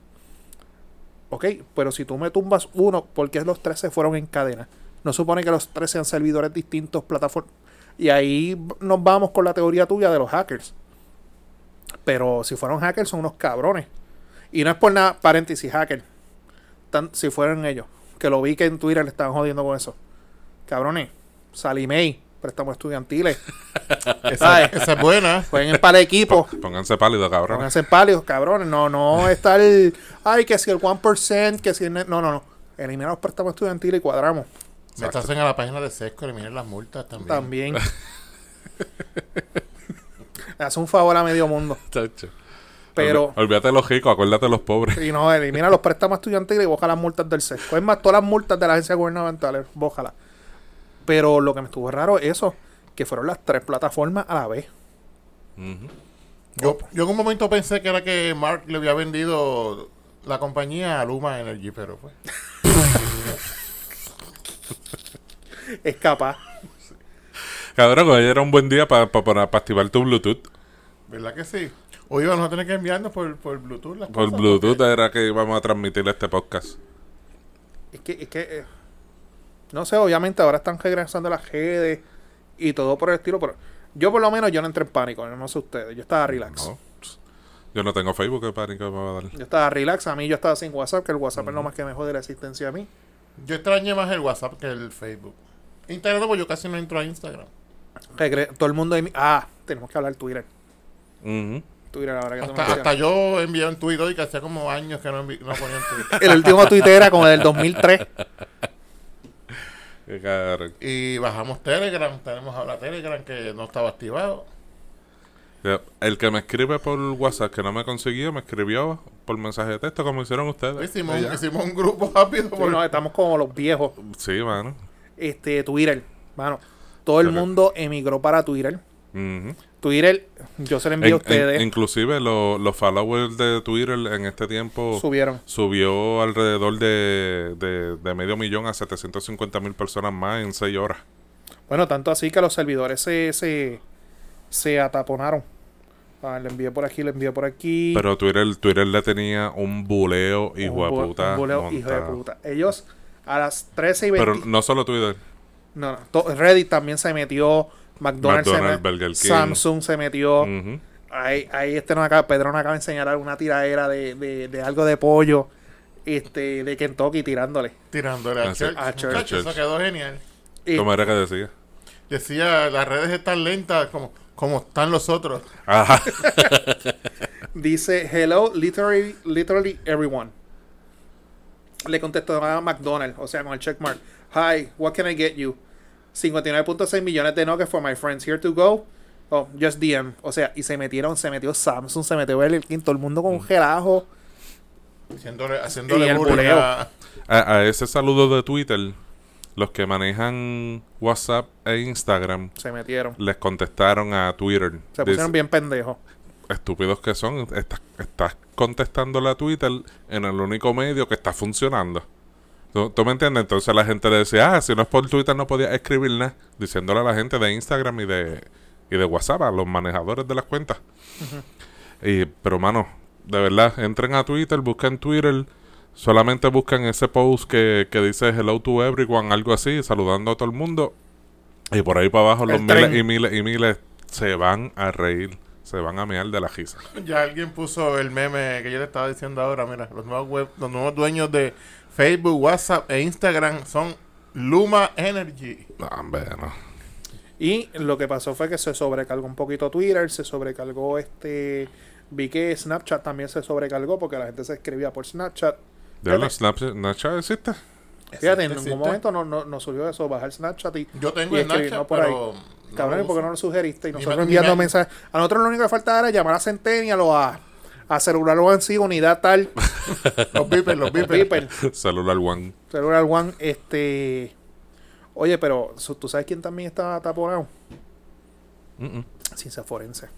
[SPEAKER 1] Ok, pero si tú me tumbas uno, porque los tres se fueron en cadena? No supone que los tres sean servidores distintos, plataformas. Y ahí nos vamos con la teoría tuya de los hackers. Pero si fueron hackers, son unos cabrones. Y no es por nada, paréntesis, hacker. Tan- si fueron ellos. Que lo vi que en Twitter le estaban jodiendo con eso. Cabrones, Salimey, préstamos estudiantiles.
[SPEAKER 3] Esa,
[SPEAKER 1] Ay.
[SPEAKER 3] esa es buena.
[SPEAKER 1] Jueguen para el equipo.
[SPEAKER 2] Pónganse pálidos, cabrones.
[SPEAKER 1] Pónganse pálidos, cabrones. No, no está el. Ay, que si el 1%, que si el. net- No, no, no. Elimina los préstamos estudiantiles y cuadramos.
[SPEAKER 3] Me
[SPEAKER 2] Exacto.
[SPEAKER 3] hacen a la página de Sesco, eliminar las multas también.
[SPEAKER 1] También. Haz un favor a medio mundo.
[SPEAKER 2] Chacho.
[SPEAKER 1] Pero.
[SPEAKER 2] Olvi- Olvídate de los ricos, acuérdate de los pobres.
[SPEAKER 1] Y no, elimina los préstamos estudiantiles y boja las multas del SESCO. Es más, todas las multas de la agencia gubernamental, bójalas. Pero lo que me estuvo raro es eso, que fueron las tres plataformas a la vez.
[SPEAKER 2] Ujú.
[SPEAKER 3] Yo, yo en un momento pensé que era que Mark le había vendido la compañía a Luma Energy, pero pues.
[SPEAKER 1] Es capaz.
[SPEAKER 2] Cabrón, hoy era un buen día para activar tu Bluetooth.
[SPEAKER 3] ¿Verdad que sí? O iban a tener que enviarnos por, por Bluetooth las
[SPEAKER 2] Por
[SPEAKER 3] cosas,
[SPEAKER 2] Bluetooth
[SPEAKER 3] porque-
[SPEAKER 2] era que íbamos a transmitir este podcast.
[SPEAKER 1] Es que, es que eh, no sé, obviamente ahora están regresando las redes y todo por el estilo, pero yo por lo menos yo no entré en pánico, no sé ustedes, yo estaba relax.
[SPEAKER 2] Ah, No. Yo no tengo Facebook, ¿qué pánico me va a dar?
[SPEAKER 1] Yo estaba relax, a mí yo estaba sin WhatsApp, que el WhatsApp es lo más que me jode la existencia a mí.
[SPEAKER 3] Yo extrañé más el WhatsApp que el Facebook. Instagram, pues yo casi no entro a Instagram.
[SPEAKER 1] Regre- todo el mundo... ahí mi- Ah, tenemos que hablar Twitter.
[SPEAKER 2] Ujú.
[SPEAKER 1] Twitter ahora que tú
[SPEAKER 3] Hasta,
[SPEAKER 1] mencionas.
[SPEAKER 3] hasta yo envié un tuit hoy que hacía como años que no, envi- no ponía un tuit.
[SPEAKER 1] El último Twitter era como del 2003.
[SPEAKER 2] Qué cabrón.
[SPEAKER 3] Y bajamos Telegram, tenemos ahora Telegram que no estaba activado.
[SPEAKER 2] Ya, El que me escribe por WhatsApp que no me consiguió, me escribió por mensaje de texto como hicieron ustedes.
[SPEAKER 3] Hicimos,
[SPEAKER 2] Y
[SPEAKER 3] un-
[SPEAKER 2] ya.
[SPEAKER 3] hicimos un grupo
[SPEAKER 1] Sí,
[SPEAKER 3] rápido.
[SPEAKER 1] no,
[SPEAKER 3] por-
[SPEAKER 1] estamos como los viejos.
[SPEAKER 2] Sí, mano.
[SPEAKER 1] Este, Twitter. Mano, todo el
[SPEAKER 2] Correcto.
[SPEAKER 1] mundo emigró para Twitter.
[SPEAKER 2] Ujú.
[SPEAKER 1] Twitter, yo se lo envío
[SPEAKER 2] En-
[SPEAKER 1] a
[SPEAKER 2] en-
[SPEAKER 1] ustedes.
[SPEAKER 2] inclusive lo- los followers de Twitter en este tiempo
[SPEAKER 1] subieron.
[SPEAKER 2] subió alrededor de, de- de medio millón a 750 mil personas más en 6 horas.
[SPEAKER 1] Bueno, tanto así que los servidores se, se, se ataponaron. Ah, le envié por aquí, le envié por aquí.
[SPEAKER 2] Pero Twitter, Twitter le tenía un buleo hijo
[SPEAKER 1] Un
[SPEAKER 2] de
[SPEAKER 1] bu-
[SPEAKER 2] puta.
[SPEAKER 1] un buleo, hijo de
[SPEAKER 2] montado.
[SPEAKER 1] puta. Ellos a las 13 y 20.
[SPEAKER 2] Pero no solo Twitter.
[SPEAKER 1] no, no, to- Reddit también se metió. McDonald's, se
[SPEAKER 2] McDonald's,
[SPEAKER 1] met-
[SPEAKER 2] Burger King. Mm.
[SPEAKER 1] Samsung se metió.
[SPEAKER 2] Ujú.
[SPEAKER 1] Ahí, ahí este nos acaba, Pedro nos acaba de enseñar una tiradera de, de, de algo de pollo este, de Kentucky tirándole.
[SPEAKER 3] Tirándole a
[SPEAKER 2] Ah, sí.
[SPEAKER 3] Church.
[SPEAKER 1] A Church.
[SPEAKER 3] Muchacho, Eso
[SPEAKER 2] Church.
[SPEAKER 3] quedó genial.
[SPEAKER 1] Y-
[SPEAKER 2] ¿Cómo era que decía?
[SPEAKER 3] Decía, las redes están lentas como, como están los otros.
[SPEAKER 2] Ajá.
[SPEAKER 1] Dice, hello, literally, literally everyone. Le contestó a McDonald's, o sea, con el checkmark. Hi, what can I get you? 59.6 millones de nuggets for my friends. Here to go. Oh, just DM. O sea, y se metieron, se metió Samsung, se metió Burger King, todo el mundo con un gelajo.
[SPEAKER 3] Haciéndole,
[SPEAKER 1] Y
[SPEAKER 3] haciéndole
[SPEAKER 1] el
[SPEAKER 3] bullying
[SPEAKER 1] buleo.
[SPEAKER 3] a-
[SPEAKER 2] a, a ese saludo de Twitter, los que manejan WhatsApp e Instagram
[SPEAKER 1] Se metieron.
[SPEAKER 2] les contestaron a Twitter.
[SPEAKER 1] Se
[SPEAKER 2] Dice,
[SPEAKER 1] pusieron bien pendejos.
[SPEAKER 2] Estúpidos que son, estás estás contestándole a Twitter en el único medio que está funcionando. ¿Tú, tú me entiendes? Entonces la gente le decía, ah, si no es por Twitter no podía escribir nada, diciéndole a la gente de Instagram y de, y de WhatsApp, a los manejadores de las cuentas. Y, pero, mano, de verdad, entren a Twitter, busquen Twitter, solamente buscan ese post que, que dice hello to everyone, algo así, saludando a todo el mundo. Y por ahí para abajo, los
[SPEAKER 1] El
[SPEAKER 2] miles
[SPEAKER 1] tren.
[SPEAKER 2] y miles y miles se van a reír, se van a mear de la risa.
[SPEAKER 3] Ya alguien puso el meme que yo le estaba diciendo ahora. Mira, los nuevos, web, los nuevos dueños de Facebook, WhatsApp e Instagram son Luma Energy.
[SPEAKER 2] No, hombre, no.
[SPEAKER 1] Y lo que pasó fue que se sobrecargó un poquito Twitter, se sobrecargó este. Vi que Snapchat también se sobrecargó porque la gente se escribía por Snapchat.
[SPEAKER 2] ¿Ya los Snapchat Snapchat existe?
[SPEAKER 1] Fíjate, en
[SPEAKER 3] Existe,
[SPEAKER 1] ningún
[SPEAKER 3] existe.
[SPEAKER 1] momento no, no, no surgió eso, bajar Snapchat y.
[SPEAKER 3] Yo tengo
[SPEAKER 1] Y
[SPEAKER 3] el
[SPEAKER 1] escribirlo
[SPEAKER 3] Snapchat,
[SPEAKER 1] por ahí.
[SPEAKER 3] pero... no
[SPEAKER 1] Cabrón,
[SPEAKER 3] lo
[SPEAKER 1] ¿por qué no
[SPEAKER 3] uso.
[SPEAKER 1] lo sugeriste? Y
[SPEAKER 3] Ni
[SPEAKER 1] nosotros
[SPEAKER 3] me- ni
[SPEAKER 1] enviando
[SPEAKER 3] me-
[SPEAKER 1] mensajes. A nosotros lo único que faltaba era llamar a Centennial o a, a celular o sí, unidad tal,
[SPEAKER 3] Los beepers, los beepers.
[SPEAKER 1] Piper,
[SPEAKER 2] Celular One.
[SPEAKER 1] celular One, este. Oye, pero su- ¿tú sabes quién también está taponado?
[SPEAKER 2] Mm, mm.
[SPEAKER 1] Ciencia forense.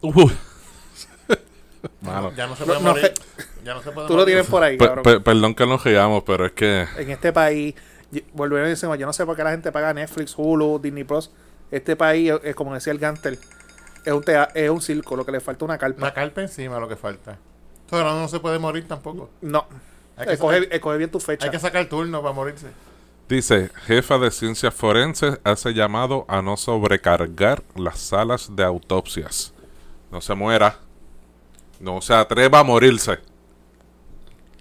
[SPEAKER 2] Uy.
[SPEAKER 3] No,
[SPEAKER 2] Mano.
[SPEAKER 3] Ya no se puede
[SPEAKER 1] No, no,
[SPEAKER 3] morir. Ya no se puede
[SPEAKER 1] Tú lo
[SPEAKER 3] morir.
[SPEAKER 1] tienes por ahí,
[SPEAKER 2] Pe-
[SPEAKER 1] cabrón.
[SPEAKER 2] pe- perdón que nos riamos, pero es que...
[SPEAKER 1] en este país, y- volvieron y decimos, yo no sé por qué la gente paga Netflix, Hulu, Disney Plus. Este país, es, como decía el Gantel, es un, tea- es un circo, lo que le falta es una carpa.
[SPEAKER 3] Una carpa encima lo que falta. Entonces ahora no se puede morir tampoco.
[SPEAKER 1] No,
[SPEAKER 3] Hay que,
[SPEAKER 1] Escoge,
[SPEAKER 3] sacar,
[SPEAKER 1] escoge bien tu fecha.
[SPEAKER 3] hay que sacar turno para morirse.
[SPEAKER 2] Dice, jefa de ciencias forenses hace llamado a no sobrecargar las salas de autopsias. No se muera. No se atreva a morirse.
[SPEAKER 3] Hay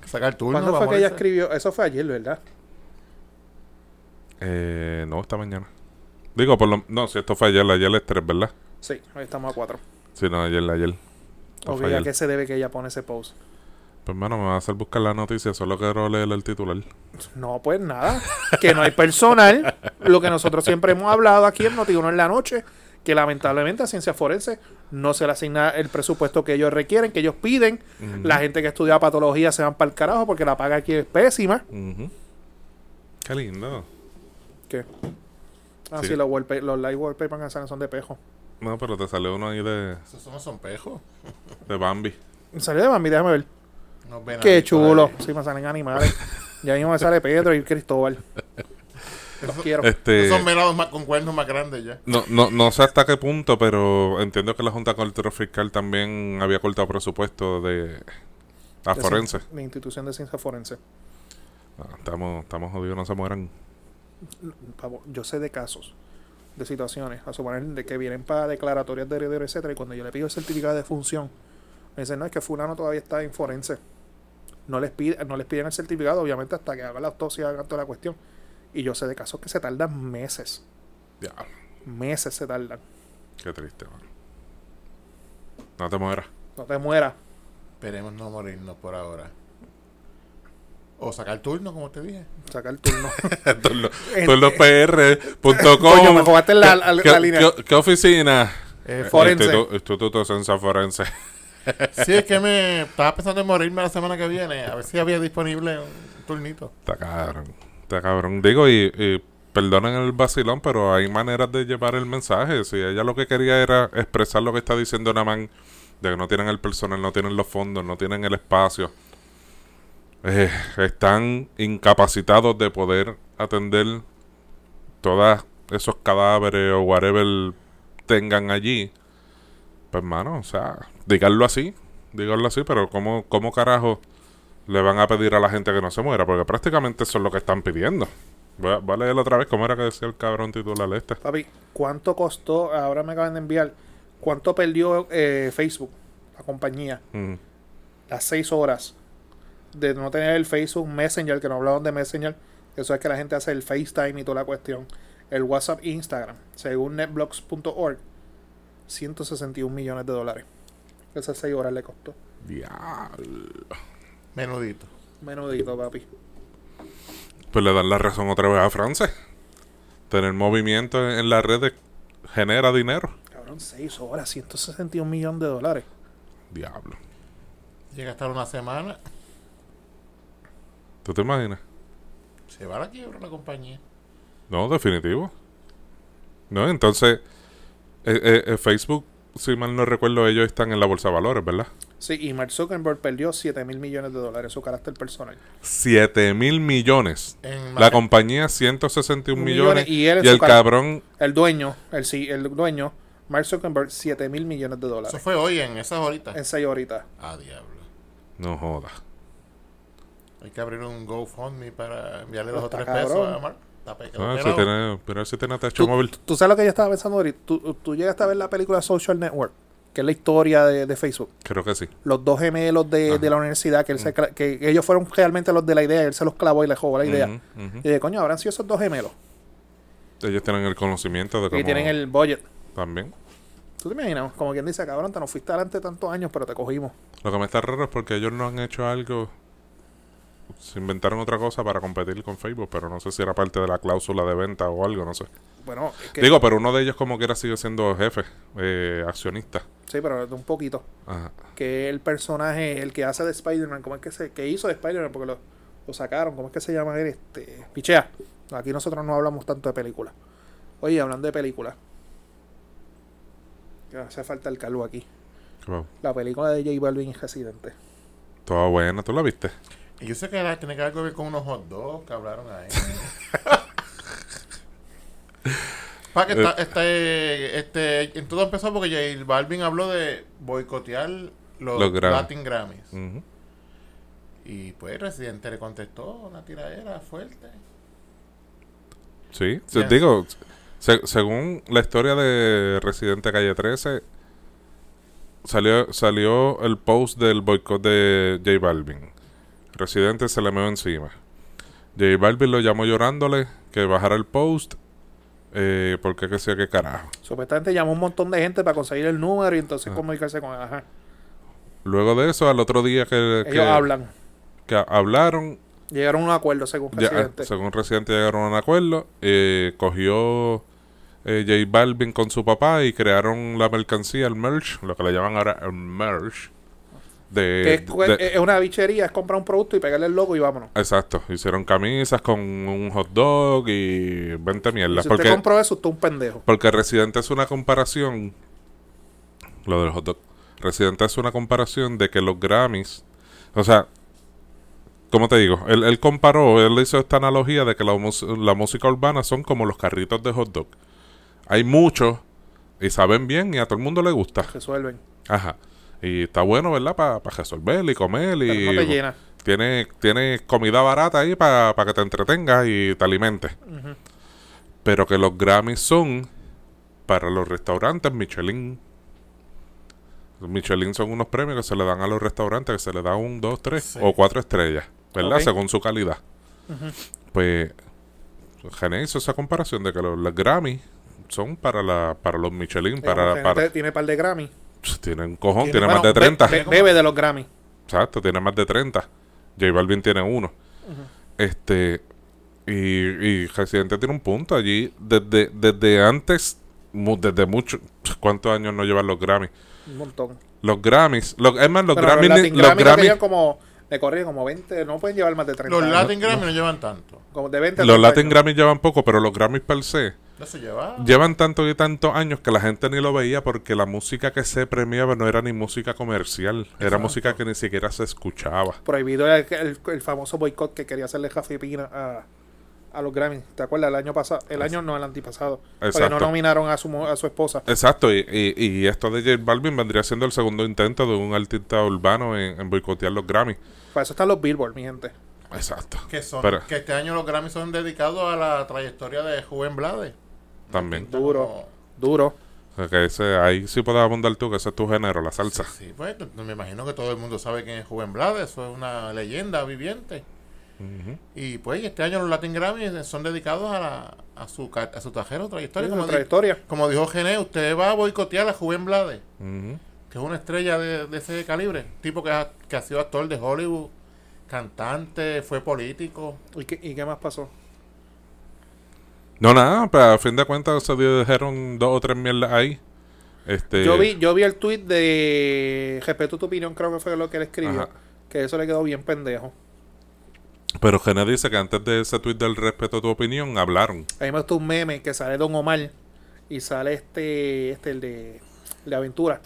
[SPEAKER 3] que sacar turno
[SPEAKER 1] ¿Cuándo
[SPEAKER 3] para
[SPEAKER 1] fue que ella
[SPEAKER 3] morirse.
[SPEAKER 1] escribió? Eso fue ayer, ¿verdad?
[SPEAKER 2] Eh, no, esta mañana. Digo, por lo... No, si esto fue ayer, ayer es 3, ¿verdad?
[SPEAKER 1] Sí, ahí estamos a cuatro.
[SPEAKER 2] Si no, ayer, ayer. Esto
[SPEAKER 1] O
[SPEAKER 2] fue
[SPEAKER 1] que a
[SPEAKER 2] ayer.
[SPEAKER 1] qué se debe que ella pone ese post.
[SPEAKER 2] Pues, hermano, me va a hacer buscar la noticia, solo quiero leer el titular.
[SPEAKER 1] No, pues nada. Que no hay personal. lo que nosotros siempre hemos hablado aquí en Notiuno en la noche. Que lamentablemente a Ciencias Forenses no se le asigna el presupuesto que ellos requieren, que ellos piden.
[SPEAKER 2] Mm.
[SPEAKER 1] La gente que estudia patología se van para el carajo porque la paga aquí es pésima.
[SPEAKER 2] Ujú. Qué lindo.
[SPEAKER 1] ¿Qué? Ah,
[SPEAKER 2] Sí.
[SPEAKER 1] sí, los, wallpa- los live wallpapers que salen son de pejo.
[SPEAKER 2] No, pero te salió uno ahí de,
[SPEAKER 3] Esos son sonpejos.
[SPEAKER 2] de Bambi.
[SPEAKER 1] Salió de Bambi, déjame ver.
[SPEAKER 3] Unos venaditos
[SPEAKER 1] Qué chulo.
[SPEAKER 3] ahí.
[SPEAKER 1] Sí, me salen animales. Ya mismo me sale Pedro y Cristóbal. Los quiero.
[SPEAKER 2] Este,
[SPEAKER 3] Esos son venados más, con cuernos más grandes ya.
[SPEAKER 2] no, no, no sé hasta qué punto, pero entiendo que la Junta Cultura Fiscal también había cortado presupuesto de a
[SPEAKER 1] De
[SPEAKER 2] Forense.
[SPEAKER 1] cien- De institución de ciencia forense.
[SPEAKER 2] Ah, estamos, estamos jodidos, no se mueran.
[SPEAKER 1] Por favor, Yo sé de casos, de situaciones, a suponer de que vienen para declaratorias de heredero, etcétera, y cuando yo le pido el certificado de función, me dicen, no, es que fulano todavía está en forense. No les, pide, no les piden el certificado, obviamente, hasta que hagan la autopsia, hagan toda la cuestión. Y yo sé de casos que se tardan meses.
[SPEAKER 2] Diablo,
[SPEAKER 1] Meses se tardan.
[SPEAKER 2] qué triste, mano. No te mueras.
[SPEAKER 1] No te mueras.
[SPEAKER 3] Esperemos no morirnos por ahora. O sacar turno, como te dije.
[SPEAKER 1] Saca el turno. Este, Coño, me
[SPEAKER 2] Torlopr.com.
[SPEAKER 1] jugaste la- la- la línea.
[SPEAKER 2] eh, ¿Qué, qué oficina?
[SPEAKER 3] Eh,
[SPEAKER 1] Forense.
[SPEAKER 2] Instituto, Instituto de Ciencia Forense.
[SPEAKER 3] Sí, es que me estaba pensando en morirme la semana que viene. A ver si había disponible un turnito.
[SPEAKER 2] Está cabrón. Está cabrón. Digo, y, y perdonen el vacilón, pero hay maneras de llevar el mensaje. Si ella lo que quería era expresar lo que está diciendo Naman, de que no tienen el personal, no tienen los fondos, no tienen el espacio. Eh, están incapacitados de poder atender todos esos cadáveres o whatever tengan allí. Pues, hermano, o sea, díganlo así, díganlo así, pero ¿cómo, cómo carajo le van a pedir a la gente que no se muera, porque prácticamente eso es lo que están pidiendo. Voy a, voy a leerlo otra vez, ¿cómo era que decía el cabrón titular este?
[SPEAKER 1] Papi, ¿cuánto costó? Ahora me acaban de enviar. ¿Cuánto perdió eh, Facebook, la compañía?
[SPEAKER 2] Mm.
[SPEAKER 1] las seis horas de no tener el Facebook Messenger, que no hablaban de Messenger, eso es que la gente hace el FaceTime y toda la cuestión, el WhatsApp, Instagram, según netblocks.org, 161 millones de dólares. Esas seis horas le costó.
[SPEAKER 2] Diablo.
[SPEAKER 3] Menudito.
[SPEAKER 1] Menudito, papi.
[SPEAKER 2] Pues le dan la razón otra vez a France. Tener movimiento en, en las redes genera dinero.
[SPEAKER 1] Cabrón, seis horas, 161 millones de dólares.
[SPEAKER 2] Diablo.
[SPEAKER 3] Llega a estar una semana,
[SPEAKER 2] ¿Tú te imaginas?
[SPEAKER 3] se va a la quiebra la compañía.
[SPEAKER 2] No, definitivo. No, entonces, eh, eh, eh, Facebook, si mal no recuerdo, ellos están en la bolsa de valores, ¿verdad?
[SPEAKER 1] Sí, y Mark Zuckerberg perdió 7 mil millones de dólares su carácter personal.
[SPEAKER 2] 7 mil millones.
[SPEAKER 3] En
[SPEAKER 2] La compañía 161
[SPEAKER 1] Millones,
[SPEAKER 2] millones,
[SPEAKER 1] y él en
[SPEAKER 2] y
[SPEAKER 1] su
[SPEAKER 2] el
[SPEAKER 1] car-
[SPEAKER 2] cabrón
[SPEAKER 1] El dueño, el, sí, el dueño, Mark Zuckerberg, 7 mil millones de
[SPEAKER 3] Eso
[SPEAKER 1] dólares
[SPEAKER 3] fue hoy, en esas horitas.
[SPEAKER 1] en seis horitas.
[SPEAKER 3] Ah, diablo.
[SPEAKER 2] No joda.
[SPEAKER 3] Hay que abrir un GoFundMe para enviarle dos o
[SPEAKER 1] Está
[SPEAKER 3] tres
[SPEAKER 1] cabrón.
[SPEAKER 3] pesos a Mark. Está pecado.
[SPEAKER 2] Ah, si
[SPEAKER 3] pelado.
[SPEAKER 2] tiene, pero si tiene techo
[SPEAKER 1] tú,
[SPEAKER 2] móvil.
[SPEAKER 1] tú sabes lo que yo estaba pensando ahorita. Tú, tú llegaste a ver la película Social Network, que es la historia de, de Facebook.
[SPEAKER 2] Creo que sí.
[SPEAKER 1] Los dos gemelos de, de la universidad, que, él se cla- que ellos fueron realmente los de la idea, él se los clavó y le jugó la idea. Eh,
[SPEAKER 2] Ujú, ujú.
[SPEAKER 1] Y de coño, habrán sido esos dos gemelos.
[SPEAKER 2] Ellos tienen el conocimiento de cómo.
[SPEAKER 1] Y tienen el budget.
[SPEAKER 2] También.
[SPEAKER 1] ¿Tú te imaginas? Como quien dice, cabrón, te nos fuiste adelante tantos años, pero te cogimos.
[SPEAKER 2] Lo que me está raro es porque ellos no han hecho algo. Se inventaron otra cosa para competir con Facebook, pero no sé si era parte de la cláusula de venta o algo, no sé.
[SPEAKER 1] Bueno, es que-
[SPEAKER 2] Digo, pero uno de ellos, como quiera, sigue siendo jefe, eh, accionista.
[SPEAKER 1] sí, pero de un poquito.
[SPEAKER 2] Ajá.
[SPEAKER 1] Que el personaje, el que hace de Spider-Man, ¿cómo es que se que hizo de Spider-Man? Porque lo, lo sacaron, ¿cómo es que se llama él? Este, Pichea. Aquí nosotros no hablamos tanto de películas. Oye, hablando de películas. que Hace falta el calvo aquí.
[SPEAKER 2] Qué va-
[SPEAKER 1] La película de J Balvin y Residente.
[SPEAKER 2] Toda buena, ¿tú la viste?
[SPEAKER 3] Y yo sé que era- tiene que algo que ver con unos hot dogs que hablaron ahí. Pa'
[SPEAKER 2] Eh.
[SPEAKER 3] que está- este, este, en todo empezó porque J Balvin habló de boicotear los,
[SPEAKER 2] Los Grammy.
[SPEAKER 3] Latin Grammys.
[SPEAKER 2] Ujú.
[SPEAKER 3] Y pues Residente le contestó una tiradera fuerte.
[SPEAKER 2] Sí,
[SPEAKER 3] Ya.
[SPEAKER 2] digo, se- según la historia de Residente Calle 13, salió, salió el post del boicot de J Balvin. Residente se le meó encima. J Balvin lo llamó llorándole que bajara el post eh, porque que sea que carajo.
[SPEAKER 1] Supuestamente llamó un montón de gente para conseguir el número y
[SPEAKER 2] Ah.
[SPEAKER 1] entonces comunicarse con él. Ajá.
[SPEAKER 2] Luego de eso, al otro día que, que-
[SPEAKER 1] Ellos hablan.
[SPEAKER 2] que hablaron,
[SPEAKER 1] Llegaron a un acuerdo según
[SPEAKER 2] Ya, ah,
[SPEAKER 1] presidente.
[SPEAKER 2] según Residente llegaron a un acuerdo, eh, cogió eh, J Balvin con su papá y crearon la mercancía, el merch, lo que le llaman ahora el merch.
[SPEAKER 1] Que es, eh,
[SPEAKER 2] De,
[SPEAKER 1] cu-
[SPEAKER 2] de-
[SPEAKER 1] es una bichería, es comprar un producto y pegarle el logo y vámonos.
[SPEAKER 2] exacto, hicieron camisas con un hot dog y 20 mierdas.
[SPEAKER 1] si usted
[SPEAKER 2] porque,
[SPEAKER 1] compró eso, usted es un pendejo.
[SPEAKER 2] porque Residente es una comparación, lo del hot dog, Residente es una comparación de que los Grammys, o sea, ¿Cómo te digo? Él, él comparó, él hizo esta analogía de que la, mus- la música urbana son como los carritos de hot dog. Hay muchos y saben bien y a todo el mundo le gusta.
[SPEAKER 1] Resuelven.
[SPEAKER 2] Ajá. Y está bueno, ¿verdad? Para resolver y comer y...
[SPEAKER 1] Pero no te llena.
[SPEAKER 2] Tiene, tiene comida barata ahí para que te entretengas y te alimentes. Pero que los Grammys son para los restaurantes Michelin. Los Michelin son unos premios que se le dan a los restaurantes, que se le da un, dos, tres
[SPEAKER 3] Sí.
[SPEAKER 2] o cuatro estrellas, ¿verdad?
[SPEAKER 1] Ok.
[SPEAKER 2] Según su calidad. Pues Gené hizo esa comparación de que los, los Grammys son para la para los Michelin, para,
[SPEAKER 1] Digamos,
[SPEAKER 2] para-
[SPEAKER 1] tiene- Tiene par de Grammy.
[SPEAKER 2] Pff, tiene un cojón,
[SPEAKER 1] Tiene-
[SPEAKER 2] tiene, más
[SPEAKER 1] bueno,
[SPEAKER 2] de
[SPEAKER 1] be-
[SPEAKER 2] 30.
[SPEAKER 1] be- bebe de los Grammy.
[SPEAKER 2] Exacto, tiene más de 30. J Balvin tiene uno. Este. Y, y Residente tiene un punto allí. Desde, desde antes, mu- desde mucho. ¿Cuántos años no llevan los Grammys?
[SPEAKER 1] Un montón.
[SPEAKER 2] Los Grammys. Los, es más, los
[SPEAKER 1] Pero
[SPEAKER 2] Grammys.
[SPEAKER 1] los
[SPEAKER 2] ni-
[SPEAKER 1] Latin
[SPEAKER 2] los
[SPEAKER 1] Grammy, creo que
[SPEAKER 2] Grammys-
[SPEAKER 1] llevan como, le corrían como 20, no pueden llevar más de 30.
[SPEAKER 3] Los
[SPEAKER 1] años.
[SPEAKER 3] Latin Grammy no. llevan tanto.
[SPEAKER 1] Como de 20 a
[SPEAKER 2] los
[SPEAKER 1] 30
[SPEAKER 2] Latin
[SPEAKER 1] años.
[SPEAKER 2] Grammys llevan poco, pero los Grammys per se
[SPEAKER 3] No se lleva.
[SPEAKER 2] llevan tantos y tantos años que la gente ni lo veía porque la música que se premiaba no era ni música comercial, era música que ni siquiera se escuchaba.
[SPEAKER 1] Prohibido el, el- el famoso boicot que quería hacerle Jaffe Pina a, a los Grammy. ¿Te acuerdas? El año pasado, el año no, el antipasado. Porque no
[SPEAKER 2] Exacto.
[SPEAKER 1] nominaron a su, mu- a su esposa.
[SPEAKER 2] Exacto, y, y- y esto de J Balvin vendría siendo el segundo intento de un artista urbano en, en boicotear los Grammy.
[SPEAKER 1] Para eso están los Billboard, mi gente.
[SPEAKER 2] Exacto.
[SPEAKER 3] Que, son,
[SPEAKER 2] Pero-
[SPEAKER 3] que este año los Grammy son dedicados a la trayectoria de Juven Blade.
[SPEAKER 2] También.
[SPEAKER 1] Duro, duro.
[SPEAKER 2] O sea, que ese- ahí sí puedes abundar tú, que ese es tu género, la salsa.
[SPEAKER 3] Sí, pues no- no me imagino que todo el mundo sabe quién es Juven Blades, eso es una leyenda viviente.
[SPEAKER 2] Ujú.
[SPEAKER 3] Y pues este año los Latin Grammys son dedicados a, la- a su ca- a su tajero trayectoria.
[SPEAKER 1] Tiene una
[SPEAKER 3] Como, di-
[SPEAKER 1] trayectoria.
[SPEAKER 3] como dijo Gené, usted va a boicotear a Juven Blades,
[SPEAKER 2] Ujú.
[SPEAKER 3] que es una estrella de, de ese calibre, tipo que ha, que ha sido actor de Hollywood, cantante, fue político.
[SPEAKER 1] ¿Y qué, y qué más pasó?
[SPEAKER 2] No, nada, pero a fin de cuentas se dejaron dos o tres mierdas ahí. Este,
[SPEAKER 1] Yo vi, yo vi el tweet de Respeto tu opinión, creo que fue lo que él escribió.
[SPEAKER 2] Ajá.
[SPEAKER 1] Que eso le quedó bien pendejo.
[SPEAKER 2] Pero Gené dice que antes de ese tweet del respeto a tu opinión, hablaron.
[SPEAKER 1] A mí me gusta un meme que sale Don Omar y sale este, este, el de, el de Aventura.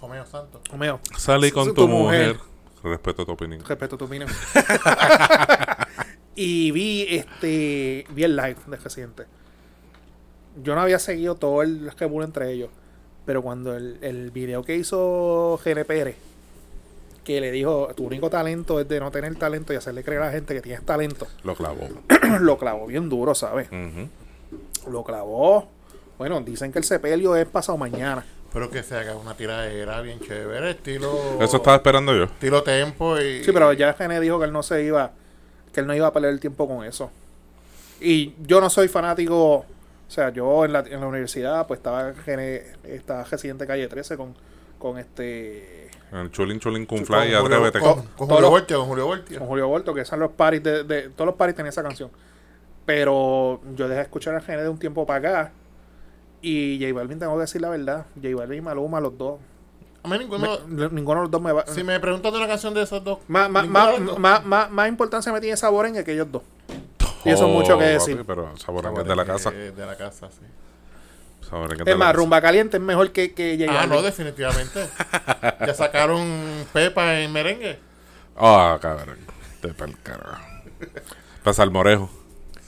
[SPEAKER 3] Romeo Santos.
[SPEAKER 1] Homeo,
[SPEAKER 2] Salí
[SPEAKER 1] Su-
[SPEAKER 2] con
[SPEAKER 1] su-
[SPEAKER 2] tu
[SPEAKER 1] tu mujer.
[SPEAKER 2] mujer. Respeto a tu opinión.
[SPEAKER 1] respeto tu opinión. y vi este vi el live de reciente. Yo no había seguido todo el esquema entre ellos. Pero cuando el, el video que hizo Gene Pérez, que le dijo, tu único talento es de no tener talento y hacerle creer a la gente que tienes talento,
[SPEAKER 2] Lo clavó.
[SPEAKER 1] lo clavó bien duro, ¿sabes?
[SPEAKER 2] Ujú.
[SPEAKER 1] Lo clavó. Bueno, dicen que el sepelio es pasado mañana.
[SPEAKER 3] Pero que se haga una tiradera bien chévere, estilo.
[SPEAKER 2] Eso estaba esperando yo.
[SPEAKER 3] Estilo tempo y.
[SPEAKER 1] Sí, pero ya Gene dijo que él no se iba, que él no iba a perder el tiempo con eso. Y yo no soy fanático, o sea, yo en la, en la universidad, pues estaba Gene, estaba residente calle 13 con, con este
[SPEAKER 2] El chulín, chulín,
[SPEAKER 3] Con
[SPEAKER 2] con fly y
[SPEAKER 3] Julio-
[SPEAKER 2] atrévete.
[SPEAKER 3] Con, con
[SPEAKER 1] Todos
[SPEAKER 3] Julio
[SPEAKER 1] los-
[SPEAKER 3] Voltio, con Julio Voltio.
[SPEAKER 1] con Julio Borto, que son los paris de, de- todos los paris tenían esa canción. Pero yo dejé de escuchar a Gene de un tiempo para acá. Y J Balvin, tengo que decir la verdad, J Balvin y Maluma, los dos.
[SPEAKER 3] A mí ninguno.
[SPEAKER 1] me- ninguno de los dos me va.
[SPEAKER 3] si Pues me preguntan de una canción de esos dos.
[SPEAKER 1] Más, más,
[SPEAKER 3] ninguno
[SPEAKER 1] más,
[SPEAKER 3] de los dos.
[SPEAKER 1] más- más- más importancia me tiene Saboren que ellos dos. Y
[SPEAKER 3] Oh,
[SPEAKER 1] eso es mucho que
[SPEAKER 2] Oh, papi,
[SPEAKER 1] decir.
[SPEAKER 2] pero Saborangués de la casa.
[SPEAKER 3] Eh, de la casa, sí.
[SPEAKER 2] Saborangués de
[SPEAKER 1] Es
[SPEAKER 2] la
[SPEAKER 1] más,
[SPEAKER 2] casa.
[SPEAKER 1] Rumba Caliente es mejor que, que J
[SPEAKER 3] Ah,
[SPEAKER 1] Balvin.
[SPEAKER 3] no, definitivamente. ya sacaron Pepa en merengue.
[SPEAKER 2] Ah, cabrón. Te pa'l carajo. Pa' Salmorejo.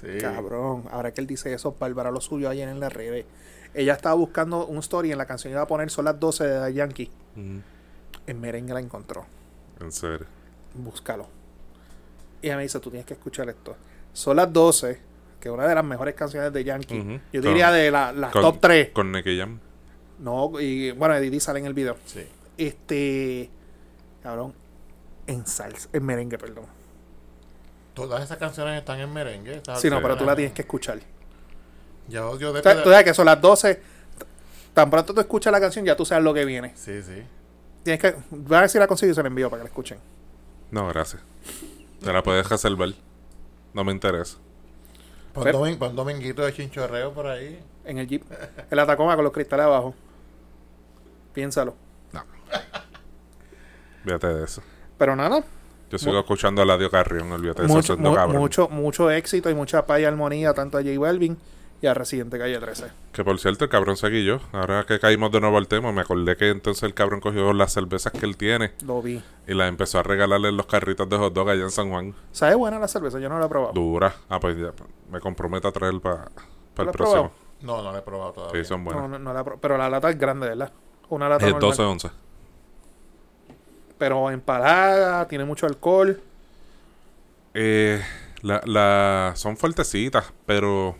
[SPEAKER 3] Sí.
[SPEAKER 1] Cabrón, ahora que él dice eso, Bárbara lo subió ayer en las redes. Ella estaba buscando un story en la canción que iba a poner Son las 12 de Daddy Yankee. En merengue la encontró.
[SPEAKER 2] En serio.
[SPEAKER 1] Búscalo. Y ella me dice, tú tienes que escuchar esto. Son las 12, que es una de las mejores canciones de Yankee.
[SPEAKER 2] Ujú.
[SPEAKER 1] Yo
[SPEAKER 2] Con-
[SPEAKER 1] diría de la- las
[SPEAKER 2] Con-
[SPEAKER 1] top 3.
[SPEAKER 2] Con Nicky Jam.
[SPEAKER 1] No, y bueno, Eddie D sale en el video.
[SPEAKER 3] Sí.
[SPEAKER 1] Este, cabrón, en salsa, en merengue, perdón.
[SPEAKER 3] Todas esas canciones están en merengue. esas
[SPEAKER 1] Sí, no,
[SPEAKER 3] canciones.
[SPEAKER 1] pero tú la tienes que escuchar.
[SPEAKER 3] Ya odio
[SPEAKER 1] O
[SPEAKER 3] de
[SPEAKER 1] sea, tú sabes que son las 12. t- Tan pronto tú escuchas la canción, ya tú sabes lo que viene.
[SPEAKER 3] Sí, sí.
[SPEAKER 1] Tienes que. Voy a ver si la consigo y se la envío para que la escuchen.
[SPEAKER 2] No, gracias. Te la puedes reservar. No me interesa.
[SPEAKER 3] Pon,
[SPEAKER 1] Pero-
[SPEAKER 3] domen- pon dominguito de chinchorreo por ahí.
[SPEAKER 1] En el Jeep. En la Tacoma con los cristales abajo. Piénsalo.
[SPEAKER 2] Olvídate de eso.
[SPEAKER 1] Pero nada,
[SPEAKER 2] Yo sigo escuchando a Ladio Carrión. Olvídate de eso.
[SPEAKER 1] mucho,
[SPEAKER 2] siendo
[SPEAKER 1] mu-
[SPEAKER 2] cabrón.
[SPEAKER 1] mucho, mucho éxito y mucha paz y armonía tanto a J Balvin y a Residente Calle 13.
[SPEAKER 2] Que por cierto, el cabrón seguí yo. Ahora que caímos de nuevo al tema, me acordé que entonces el cabrón cogió las cervezas que él tiene
[SPEAKER 1] Lo vi.
[SPEAKER 2] y las empezó a regalarle en los carritos de hot dog allá en San Juan.
[SPEAKER 1] ¿Sabe buena la cerveza? Yo no la he probado.
[SPEAKER 2] Dura. Ah, pues ya, me comprometo a traer para
[SPEAKER 1] ¿Lo
[SPEAKER 2] el
[SPEAKER 1] has
[SPEAKER 2] próximo.
[SPEAKER 1] probado?
[SPEAKER 3] No, no lo he probado todavía.
[SPEAKER 2] Sí, son
[SPEAKER 1] No,
[SPEAKER 2] buenas.
[SPEAKER 1] no, no la he probado. Pero la lata es grande, ¿verdad? Una lata
[SPEAKER 2] Es
[SPEAKER 1] normal.
[SPEAKER 2] 12-11.
[SPEAKER 1] Pero empalada, tiene mucho alcohol.
[SPEAKER 2] Eh, la, la, son fuertecitas, pero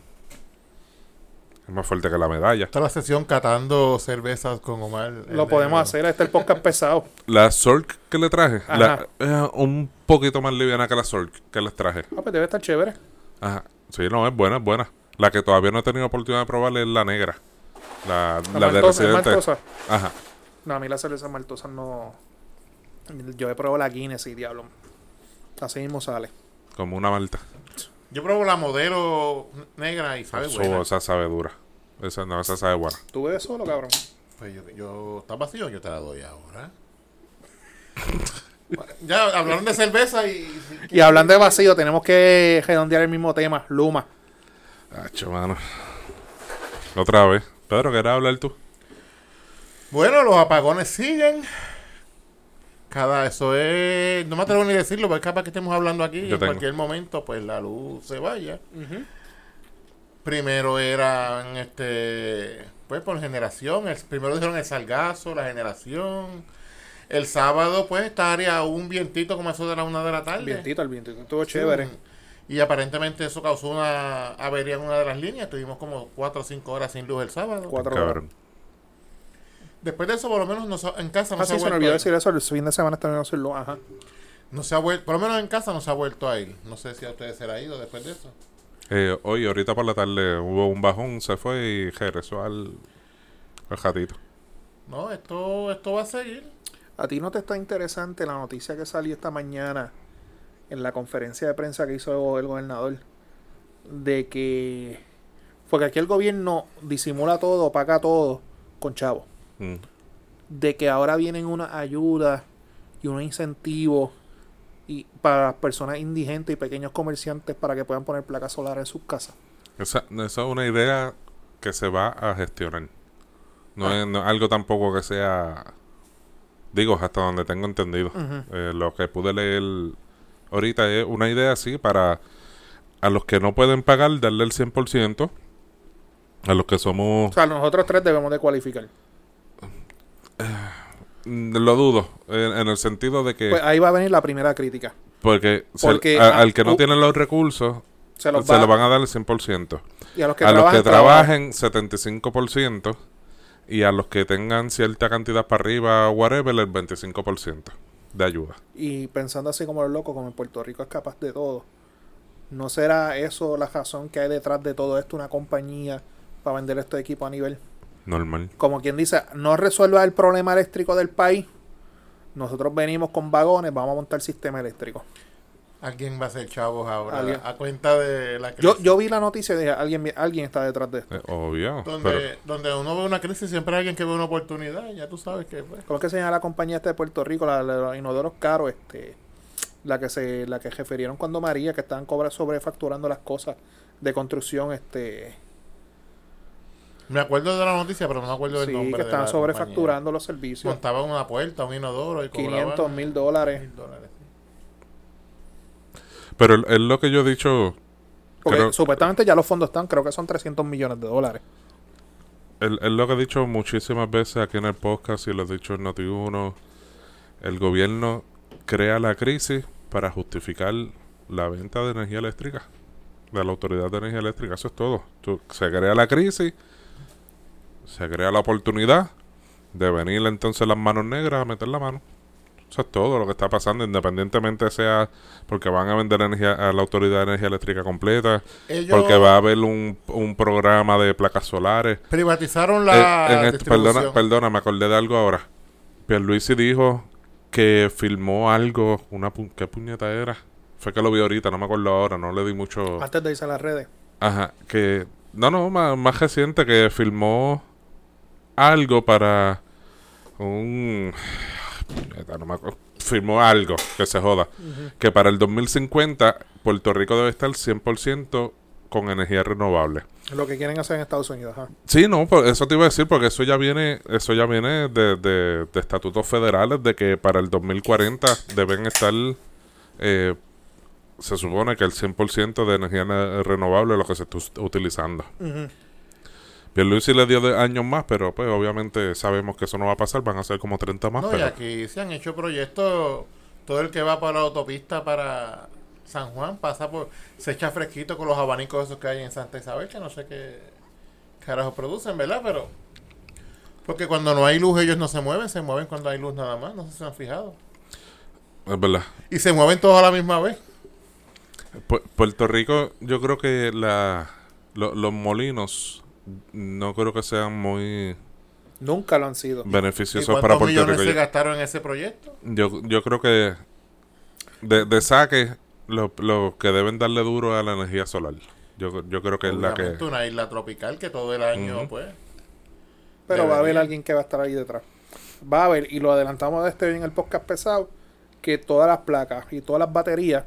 [SPEAKER 2] es más fuerte que la medalla.
[SPEAKER 3] Esta es la sesión catando cervezas con Omar. el
[SPEAKER 1] Lo podemos
[SPEAKER 3] negro.
[SPEAKER 1] hacer. Este es el podcast pesado.
[SPEAKER 2] La Zork que le traje, la,
[SPEAKER 1] Ajá.
[SPEAKER 2] es un poquito más liviana que la Zork que les traje.
[SPEAKER 1] Ah, pues debe estar chévere.
[SPEAKER 2] Ajá. Sí, no, es buena, es buena. La que todavía no he tenido oportunidad de probar es la negra. La, la de
[SPEAKER 1] maltosa- es
[SPEAKER 2] Residente.
[SPEAKER 1] maltosa.
[SPEAKER 2] Ajá.
[SPEAKER 1] No, a mí las cervezas maltosas no. Yo he probado la Guinness y diablo. Así mismo sale.
[SPEAKER 2] Como una malta.
[SPEAKER 3] Yo probo la modelo negra y sabe
[SPEAKER 2] Su-
[SPEAKER 3] buena.
[SPEAKER 2] esa sabe dura. Esa no, esa sabe buena.
[SPEAKER 1] ¿Tú bebes solo, cabrón?
[SPEAKER 3] Pues yo, yo, ¿Está vacío? Yo te la doy ahora. ya hablaron de cerveza y...
[SPEAKER 1] Y hablando de vacío, tenemos que redondear el mismo tema. Luma.
[SPEAKER 2] Acho, mano. Otra vez. Pedro, ¿querés hablar tú?
[SPEAKER 3] Bueno, los apagones siguen. Cada eso es. No me atrevo ni a decirlo, porque capaz que estemos hablando aquí.
[SPEAKER 2] Yo
[SPEAKER 3] en
[SPEAKER 2] tengo.
[SPEAKER 3] cualquier momento, pues la luz se vaya. Primero eran este. Pues por generación. El, primero dijeron el salgazo, la generación. El sábado, pues, estaría un vientito como eso de la una de la
[SPEAKER 1] El
[SPEAKER 3] tarde.
[SPEAKER 1] vientito, el vientito. Estuvo chévere.
[SPEAKER 3] Mm.
[SPEAKER 1] Ah,
[SPEAKER 3] Y aparentemente eso causó una avería en una de las líneas. Tuvimos como cuatro o cinco horas sin luz el sábado.
[SPEAKER 1] Cuatro horas.
[SPEAKER 2] Cabrón.
[SPEAKER 3] Después de eso, por lo menos no se- en casa no
[SPEAKER 1] Ah, sí, se
[SPEAKER 3] ha
[SPEAKER 1] me
[SPEAKER 3] vuelto
[SPEAKER 1] olvidó
[SPEAKER 3] a-
[SPEAKER 1] decir eso. El fin de semana estuvieron sin luz. Ajá.
[SPEAKER 3] No se ha vuelto, por lo menos en casa no se ha vuelto a ir. No sé si a ustedes se la ha ido después de eso.
[SPEAKER 2] Eh, hoy, ahorita por la tarde, hubo un bajón, se fue y regresó al, al jatito.
[SPEAKER 3] No, esto, esto va a seguir.
[SPEAKER 1] ¿A ti no te está interesante la noticia que salió esta mañana en la conferencia de prensa que hizo el gobernador? De que. Porque aquí el gobierno disimula todo, opaca todo con chavo.
[SPEAKER 2] Mm.
[SPEAKER 1] De que ahora vienen unas ayudas y unos incentivos y para las personas indigentes y pequeños comerciantes para que puedan poner placas solares en sus casas.
[SPEAKER 2] Esa, esa es una idea que se va a gestionar. No,
[SPEAKER 1] Ah.
[SPEAKER 2] es, no es algo tampoco que sea. Digo, hasta donde tengo entendido. Eh, lo que pude leer ahorita es una idea así para a los que no pueden pagar, darle el 100%. A los que
[SPEAKER 1] O
[SPEAKER 2] somos.
[SPEAKER 1] sea, nosotros tres debemos de cualificar.
[SPEAKER 2] mm, Lo dudo. En, en el sentido de que.
[SPEAKER 1] Pues ahí va a venir la primera crítica.
[SPEAKER 2] porque se-
[SPEAKER 1] porque,
[SPEAKER 2] a-
[SPEAKER 1] ah,
[SPEAKER 2] al que no
[SPEAKER 1] u-
[SPEAKER 2] tiene los recursos,
[SPEAKER 1] Se los
[SPEAKER 2] se
[SPEAKER 1] va-
[SPEAKER 2] lo van a dar el 100%.
[SPEAKER 1] y a los que
[SPEAKER 2] a los que
[SPEAKER 1] trabajan,
[SPEAKER 2] trabajen 75% y a los que tengan cierta cantidad para arriba, whatever, el 25% de ayuda.
[SPEAKER 1] y pensando así como los locos, como en Puerto Rico es capaz de todo, ¿no será eso la razón que hay detrás de todo esto una compañía para vender este equipo a nivel?
[SPEAKER 2] Normal.
[SPEAKER 1] Como quien dice, no resuelva el problema eléctrico del país, nosotros venimos con vagones, vamos a montar sistema eléctrico.
[SPEAKER 3] Alguien va a ser chavos ahora.
[SPEAKER 1] Alguien.
[SPEAKER 3] A cuenta de la crisis.
[SPEAKER 1] Yo, yo vi la noticia y dije, alguien, alguien está detrás de esto.
[SPEAKER 2] Eh, obvio.
[SPEAKER 3] donde, donde uno ve una crisis, siempre hay alguien que ve una oportunidad. Ya tú sabes que. pues,
[SPEAKER 1] ¿Cómo es que se llama la compañía esta de Puerto Rico, la, la- los inodoros caros, este, la que se, la que refirieron cuando María, que estaban cobra, sobrefacturando las cosas de construcción, este,
[SPEAKER 3] me acuerdo de la noticia, pero no me acuerdo del
[SPEAKER 1] sí,
[SPEAKER 3] nombre.
[SPEAKER 1] que
[SPEAKER 3] de
[SPEAKER 1] estaban
[SPEAKER 3] la
[SPEAKER 1] sobrefacturando los servicios.
[SPEAKER 3] compañía. Montaban una puerta, un inodoro y
[SPEAKER 1] 500
[SPEAKER 3] cobraban
[SPEAKER 1] mil dólares.
[SPEAKER 3] mil dólares. sí.
[SPEAKER 2] Pero, pero es lo que yo he dicho,
[SPEAKER 1] Porque
[SPEAKER 2] Creo-
[SPEAKER 1] supuestamente ya los fondos están, creo que son 300 millones de dólares.
[SPEAKER 2] es es lo que he dicho muchísimas veces aquí en el podcast y lo he dicho en Noti1. El gobierno crea la crisis para justificar la venta de energía eléctrica de la Autoridad de Energía Eléctrica. Eso es todo. Tú- se crea la crisis, se crea la oportunidad de venir entonces las manos negras a meter la mano. Eso es todo lo que está pasando, independientemente sea porque van a vender energía a la Autoridad de Energía Eléctrica completa,
[SPEAKER 3] Ellos
[SPEAKER 2] porque va a haber un, un programa de placas solares.
[SPEAKER 3] privatizaron la
[SPEAKER 2] Eh, en esto-
[SPEAKER 3] distribución.
[SPEAKER 2] perdona, perdona, me acordé de algo ahora. Pierluisi dijo que filmó algo, una pu- ¿qué puñeta era? Fue que lo vi ahorita, no me acuerdo ahora, no le di mucho...
[SPEAKER 3] Oh.
[SPEAKER 1] Antes de irse a las redes.
[SPEAKER 2] Ajá, que... No, no, más, más reciente que filmó algo para un... puñeta, no me acuerdo. Firmó algo, que se joda. Que para el 2050 Puerto Rico debe estar 100% con energía renovable.
[SPEAKER 1] Lo que quieren hacer en Estados Unidos. ajá.
[SPEAKER 2] Sí, no, por eso te iba a decir, porque eso ya viene, eso ya viene de, de- de estatutos federales de que para el 2040 deben estar, eh, se supone que el 100% de energía ne- renovable es lo que se está us- utilizando.
[SPEAKER 1] Ujú.
[SPEAKER 2] Pierluisi le dio de años más, pero pues obviamente sabemos que eso no va a pasar, van a ser como 30 más,
[SPEAKER 3] No, y
[SPEAKER 2] pero
[SPEAKER 3] aquí se han hecho proyectos. Todo el que va para la autopista para San Juan pasa por. Se echa fresquito con los abanicos esos que hay en Santa Isabel, que no sé qué carajo producen, ¿verdad? Pero. Porque cuando no hay luz, ellos no se mueven, se mueven cuando hay luz nada más, no sé si se han fijado.
[SPEAKER 2] es verdad.
[SPEAKER 3] Y se mueven todos a la misma vez.
[SPEAKER 2] Pu- Puerto Rico, yo creo que la, lo- los molinos no creo que sean muy
[SPEAKER 1] Nunca lo han sido.
[SPEAKER 3] ¿Y
[SPEAKER 2] beneficiosos
[SPEAKER 3] cuántos
[SPEAKER 2] para Puerto
[SPEAKER 3] millones
[SPEAKER 2] Rico.
[SPEAKER 3] se
[SPEAKER 2] Yo-
[SPEAKER 3] gastaron en ese proyecto?
[SPEAKER 2] Yo, yo creo que de, de saque, los lo que deben darle duro a la energía solar. Yo, yo creo que es la que.
[SPEAKER 3] Obviamente, Una isla tropical que todo el año,
[SPEAKER 2] Ujú.
[SPEAKER 3] pues.
[SPEAKER 1] Pero va a haber
[SPEAKER 3] Debería.
[SPEAKER 1] alguien que va a estar ahí detrás. Va a haber, y lo adelantamos de este bien en el podcast pesado, que todas las placas y todas las baterías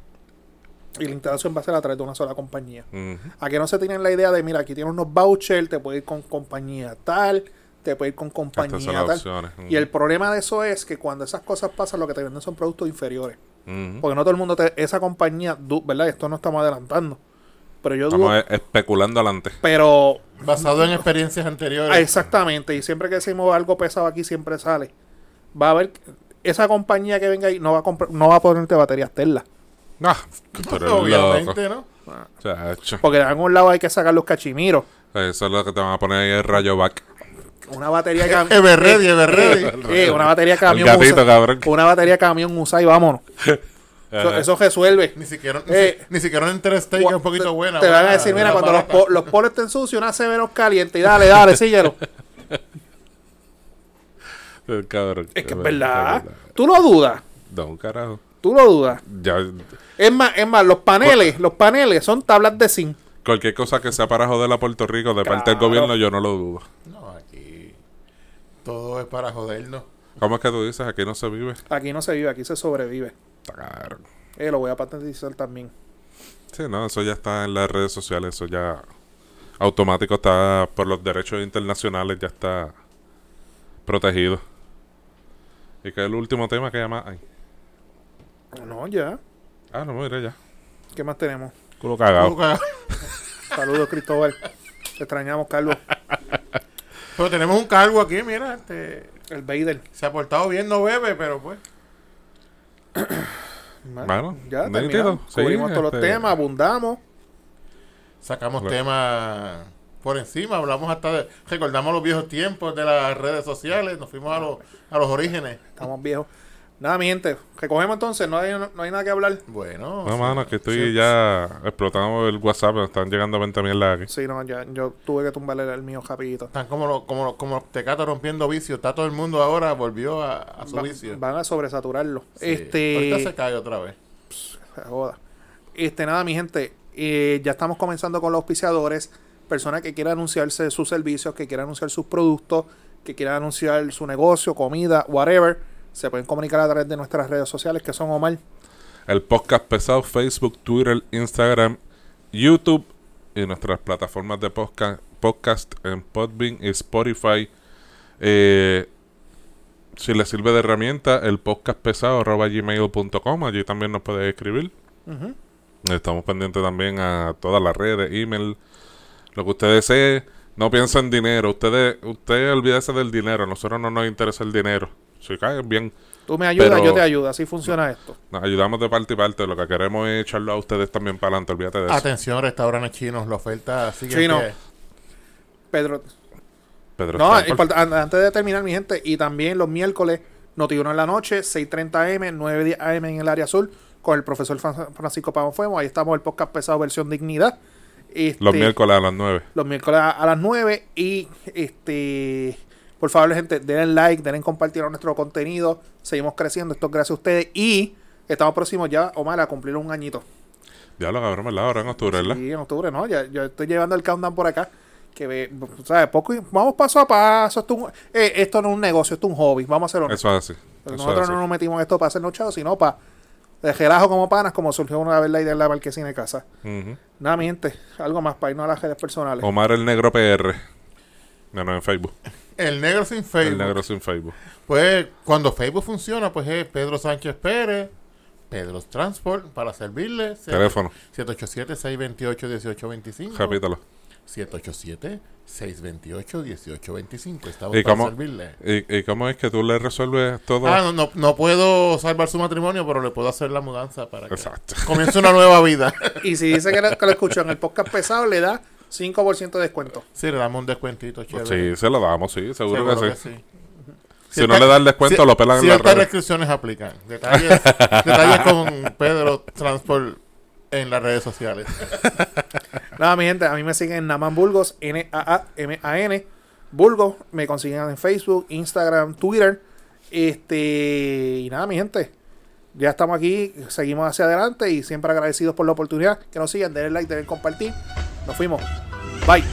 [SPEAKER 1] y la instalación va a ser a través de una sola compañía.
[SPEAKER 2] Ujú.
[SPEAKER 1] A que no se tienen la idea de, mira, aquí tienen unos vouchers, te puede ir con compañía tal, te puede ir con
[SPEAKER 2] Estas son las
[SPEAKER 1] compañía tal.
[SPEAKER 2] opciones.
[SPEAKER 1] Y el problema de eso es que cuando esas cosas pasan, lo que te venden son productos inferiores.
[SPEAKER 2] Ujú.
[SPEAKER 1] Porque no todo el mundo, te- esa compañía, du- ¿verdad? Esto no estamos adelantando. Pero yo dudo.
[SPEAKER 2] Estamos e- especulando adelante.
[SPEAKER 1] Pero
[SPEAKER 3] Basado en experiencias
[SPEAKER 1] Ah,
[SPEAKER 3] anteriores.
[SPEAKER 1] Exactamente, y siempre que decimos algo pesado aquí, siempre sale. Va a haber. Esa compañía que venga ahí no va a, comprar- no va a ponerte baterías Tesla.
[SPEAKER 2] Ah, que tú eres loco.
[SPEAKER 3] Obviamente, ¿no?
[SPEAKER 2] Chacho.
[SPEAKER 1] Porque de algún lado hay que sacar los cachimiros.
[SPEAKER 2] Eso es lo que te van a poner ahí el rayo back.
[SPEAKER 1] Una batería
[SPEAKER 3] Eh,
[SPEAKER 1] camión.
[SPEAKER 3] Everready, Everready.
[SPEAKER 1] eh, una batería
[SPEAKER 2] El
[SPEAKER 1] camión.
[SPEAKER 2] gatito,
[SPEAKER 1] usa-
[SPEAKER 2] cabrón.
[SPEAKER 1] una batería camión usa y vámonos. Eso,
[SPEAKER 2] Ajá.
[SPEAKER 1] eso resuelve.
[SPEAKER 3] Ni siquiera, ni,
[SPEAKER 1] Eh,
[SPEAKER 3] si- ni siquiera una Interstate que es un poquito buena.
[SPEAKER 1] Te van a
[SPEAKER 3] buena,
[SPEAKER 1] decir, mira,
[SPEAKER 3] buena
[SPEAKER 1] cuando los,
[SPEAKER 3] barata.
[SPEAKER 1] po- los polos estén sucios, una menos caliente y dale, dale, síguelo.
[SPEAKER 2] El cabrón.
[SPEAKER 1] Es que es verdad. Tú lo dudas.
[SPEAKER 2] Da un carajo.
[SPEAKER 1] Tú lo dudas.
[SPEAKER 2] Ya.
[SPEAKER 1] Es más, es más, los paneles, los paneles son tablas de zinc.
[SPEAKER 2] Cualquier cosa que sea para joder a Puerto Rico de parte del
[SPEAKER 1] Claro.
[SPEAKER 2] gobierno, yo no lo dudo.
[SPEAKER 3] No, aquí todo es para jodernos.
[SPEAKER 2] ¿Cómo es que tú dices? Aquí no se vive.
[SPEAKER 1] Aquí no se vive, aquí se sobrevive.
[SPEAKER 2] Está cabrón.
[SPEAKER 1] Eh, lo voy a patentizar también.
[SPEAKER 2] Sí, no, eso ya está en las redes sociales, eso ya automático está por los derechos internacionales, ya está protegido. Y que el último tema que llama... ay.
[SPEAKER 1] Oh, No, ya.
[SPEAKER 2] Ah, no, mira ya.
[SPEAKER 1] ¿Qué más tenemos?
[SPEAKER 2] Culo cagado.
[SPEAKER 3] Nunca-
[SPEAKER 1] Saludos, Cristóbal. Te extrañamos, Carlos.
[SPEAKER 3] Pero tenemos un cargo aquí, mira. este,
[SPEAKER 1] El Vader.
[SPEAKER 3] se ha portado bien, no bebe, pero pues.
[SPEAKER 2] Bueno,
[SPEAKER 1] ya
[SPEAKER 2] nítido.
[SPEAKER 1] terminamos.
[SPEAKER 2] Sí,
[SPEAKER 1] Cubrimos todos los
[SPEAKER 2] este-
[SPEAKER 1] temas, abundamos.
[SPEAKER 3] Sacamos
[SPEAKER 2] Bueno.
[SPEAKER 3] temas por encima. Hablamos hasta de. Recordamos los viejos tiempos de las redes sociales. Nos fuimos a, los a los orígenes.
[SPEAKER 1] Estamos viejos. Nada, mi gente. Recogemos entonces. No hay, no hay nada que hablar.
[SPEAKER 3] Bueno.
[SPEAKER 2] No,
[SPEAKER 3] sí.
[SPEAKER 2] mano, que estoy
[SPEAKER 3] Sí.
[SPEAKER 2] ya explotando el WhatsApp, me están llegando 20 mierdas aquí.
[SPEAKER 1] Sí, no, ya. Yo tuve que tumbarle el mío rapidito.
[SPEAKER 3] Están como, los- como, los- como Tecato rompiendo vicio. Está todo el mundo ahora, volvió a, a su
[SPEAKER 1] Va-
[SPEAKER 3] vicio.
[SPEAKER 1] van a sobresaturarlo.
[SPEAKER 3] Sí. Ahorita se
[SPEAKER 1] Este.
[SPEAKER 3] cae otra vez.
[SPEAKER 1] se joda. Este, nada, mi gente. eh, ya estamos comenzando con los auspiciadores. Personas que quieran anunciarse sus servicios, que quieran anunciar sus productos, que quieran anunciar su negocio, comida, whatever. Se pueden comunicar a través de nuestras redes sociales, que son Omar.
[SPEAKER 2] El podcast pesado, Facebook, Twitter, Instagram, YouTube y nuestras plataformas de podcast, podcast en Podbean y Spotify. Eh, si les sirve de herramienta, el podcast pesado gmail.com, allí también nos puede escribir.
[SPEAKER 1] Ujú.
[SPEAKER 2] Estamos pendientes también a todas las redes, email, lo que usted desee. No piensa en dinero. Ustedes, usted olvídese del dinero. A nosotros no nos interesa el dinero. Si caen bien,
[SPEAKER 1] Tú me ayudas,
[SPEAKER 2] Pero-
[SPEAKER 1] yo te ayudo. Así funciona esto.
[SPEAKER 2] nos ayudamos de parte y parte. Lo que queremos es echarlo a ustedes también para adelante. Olvídate de eso.
[SPEAKER 3] Atención, restaurantes chinos, la oferta sigue.
[SPEAKER 1] Chino.
[SPEAKER 3] en pie.
[SPEAKER 1] Pedro.
[SPEAKER 2] Pedro
[SPEAKER 1] No,
[SPEAKER 2] está por-
[SPEAKER 1] import- an- antes de terminar, mi gente, y también los miércoles, noti uno en la noche, 6.30 am, 9.10 am en el área azul, con el profesor Fran- Francisco Pavón Fuemo. Ahí estamos el podcast pesado versión dignidad. Este,
[SPEAKER 2] los miércoles a las 9.
[SPEAKER 1] los miércoles a, a las 9 y este por favor gente denle like denle compartir a nuestro contenido seguimos creciendo esto es gracias a ustedes y estamos próximos ya Omar a cumplir un añito
[SPEAKER 2] Ya lo cabrón, ¿verdad? Ahora en octubre, ¿verdad?
[SPEAKER 1] y en octubre no ya yo estoy llevando el countdown por acá que ve- o sea, poco y- vamos paso a paso esto, es un- eh, esto no es un negocio esto es un hobby vamos a hacerlo
[SPEAKER 2] Eso es así. Eso es
[SPEAKER 1] nosotros
[SPEAKER 2] así.
[SPEAKER 1] no nos metimos en esto para hacernos chavos sino para de relajo como panas como surgió una vez la idea de la marquesina de casa
[SPEAKER 2] Ujú.
[SPEAKER 1] nada mi gente algo más para irnos a las redes personales
[SPEAKER 2] Omar el Negro PR. No, no, en Facebook.
[SPEAKER 3] El negro sin
[SPEAKER 2] El
[SPEAKER 3] Facebook.
[SPEAKER 2] Negro sin Facebook.
[SPEAKER 3] Pues cuando Facebook funciona, pues es Pedro Sánchez Pérez, Pedro Transport, para servirle.
[SPEAKER 2] Teléfono.
[SPEAKER 3] 787-628-1825.
[SPEAKER 2] Repítalo.
[SPEAKER 3] 787-628-1825. Estamos
[SPEAKER 2] ¿Y
[SPEAKER 3] para
[SPEAKER 2] cómo,
[SPEAKER 3] servirle.
[SPEAKER 2] y, y cómo es que tú le resuelves todo?
[SPEAKER 3] Ah, no, no, no puedo salvar su matrimonio, pero le puedo hacer la mudanza para que
[SPEAKER 2] Exacto.
[SPEAKER 3] comience una nueva vida.
[SPEAKER 1] Y si dice que lo, que lo escuchó en el podcast pesado, le da 5% de descuento.
[SPEAKER 3] Sí, le damos un descuentito, chévere.
[SPEAKER 2] Sí, se lo damos, sí, seguro,
[SPEAKER 3] Seguro
[SPEAKER 2] que,
[SPEAKER 3] que
[SPEAKER 2] sí.
[SPEAKER 3] sí.
[SPEAKER 2] Si no le da el descuento, lo pelan en la
[SPEAKER 3] Ciertas
[SPEAKER 2] red.
[SPEAKER 3] restricciones aplican. Detalles, detalles con Pedro Transport en las redes sociales.
[SPEAKER 1] Nada, mi gente, a mí me siguen en Naman Burgos, N-A-A-M-A-N. Burgos, me consiguen en Facebook, Instagram, Twitter. Este, y nada, mi gente. Ya estamos aquí, seguimos hacia adelante y siempre agradecidos por la oportunidad. Que nos sigan, denle like, denle compartir. Nos fuimos. Bye.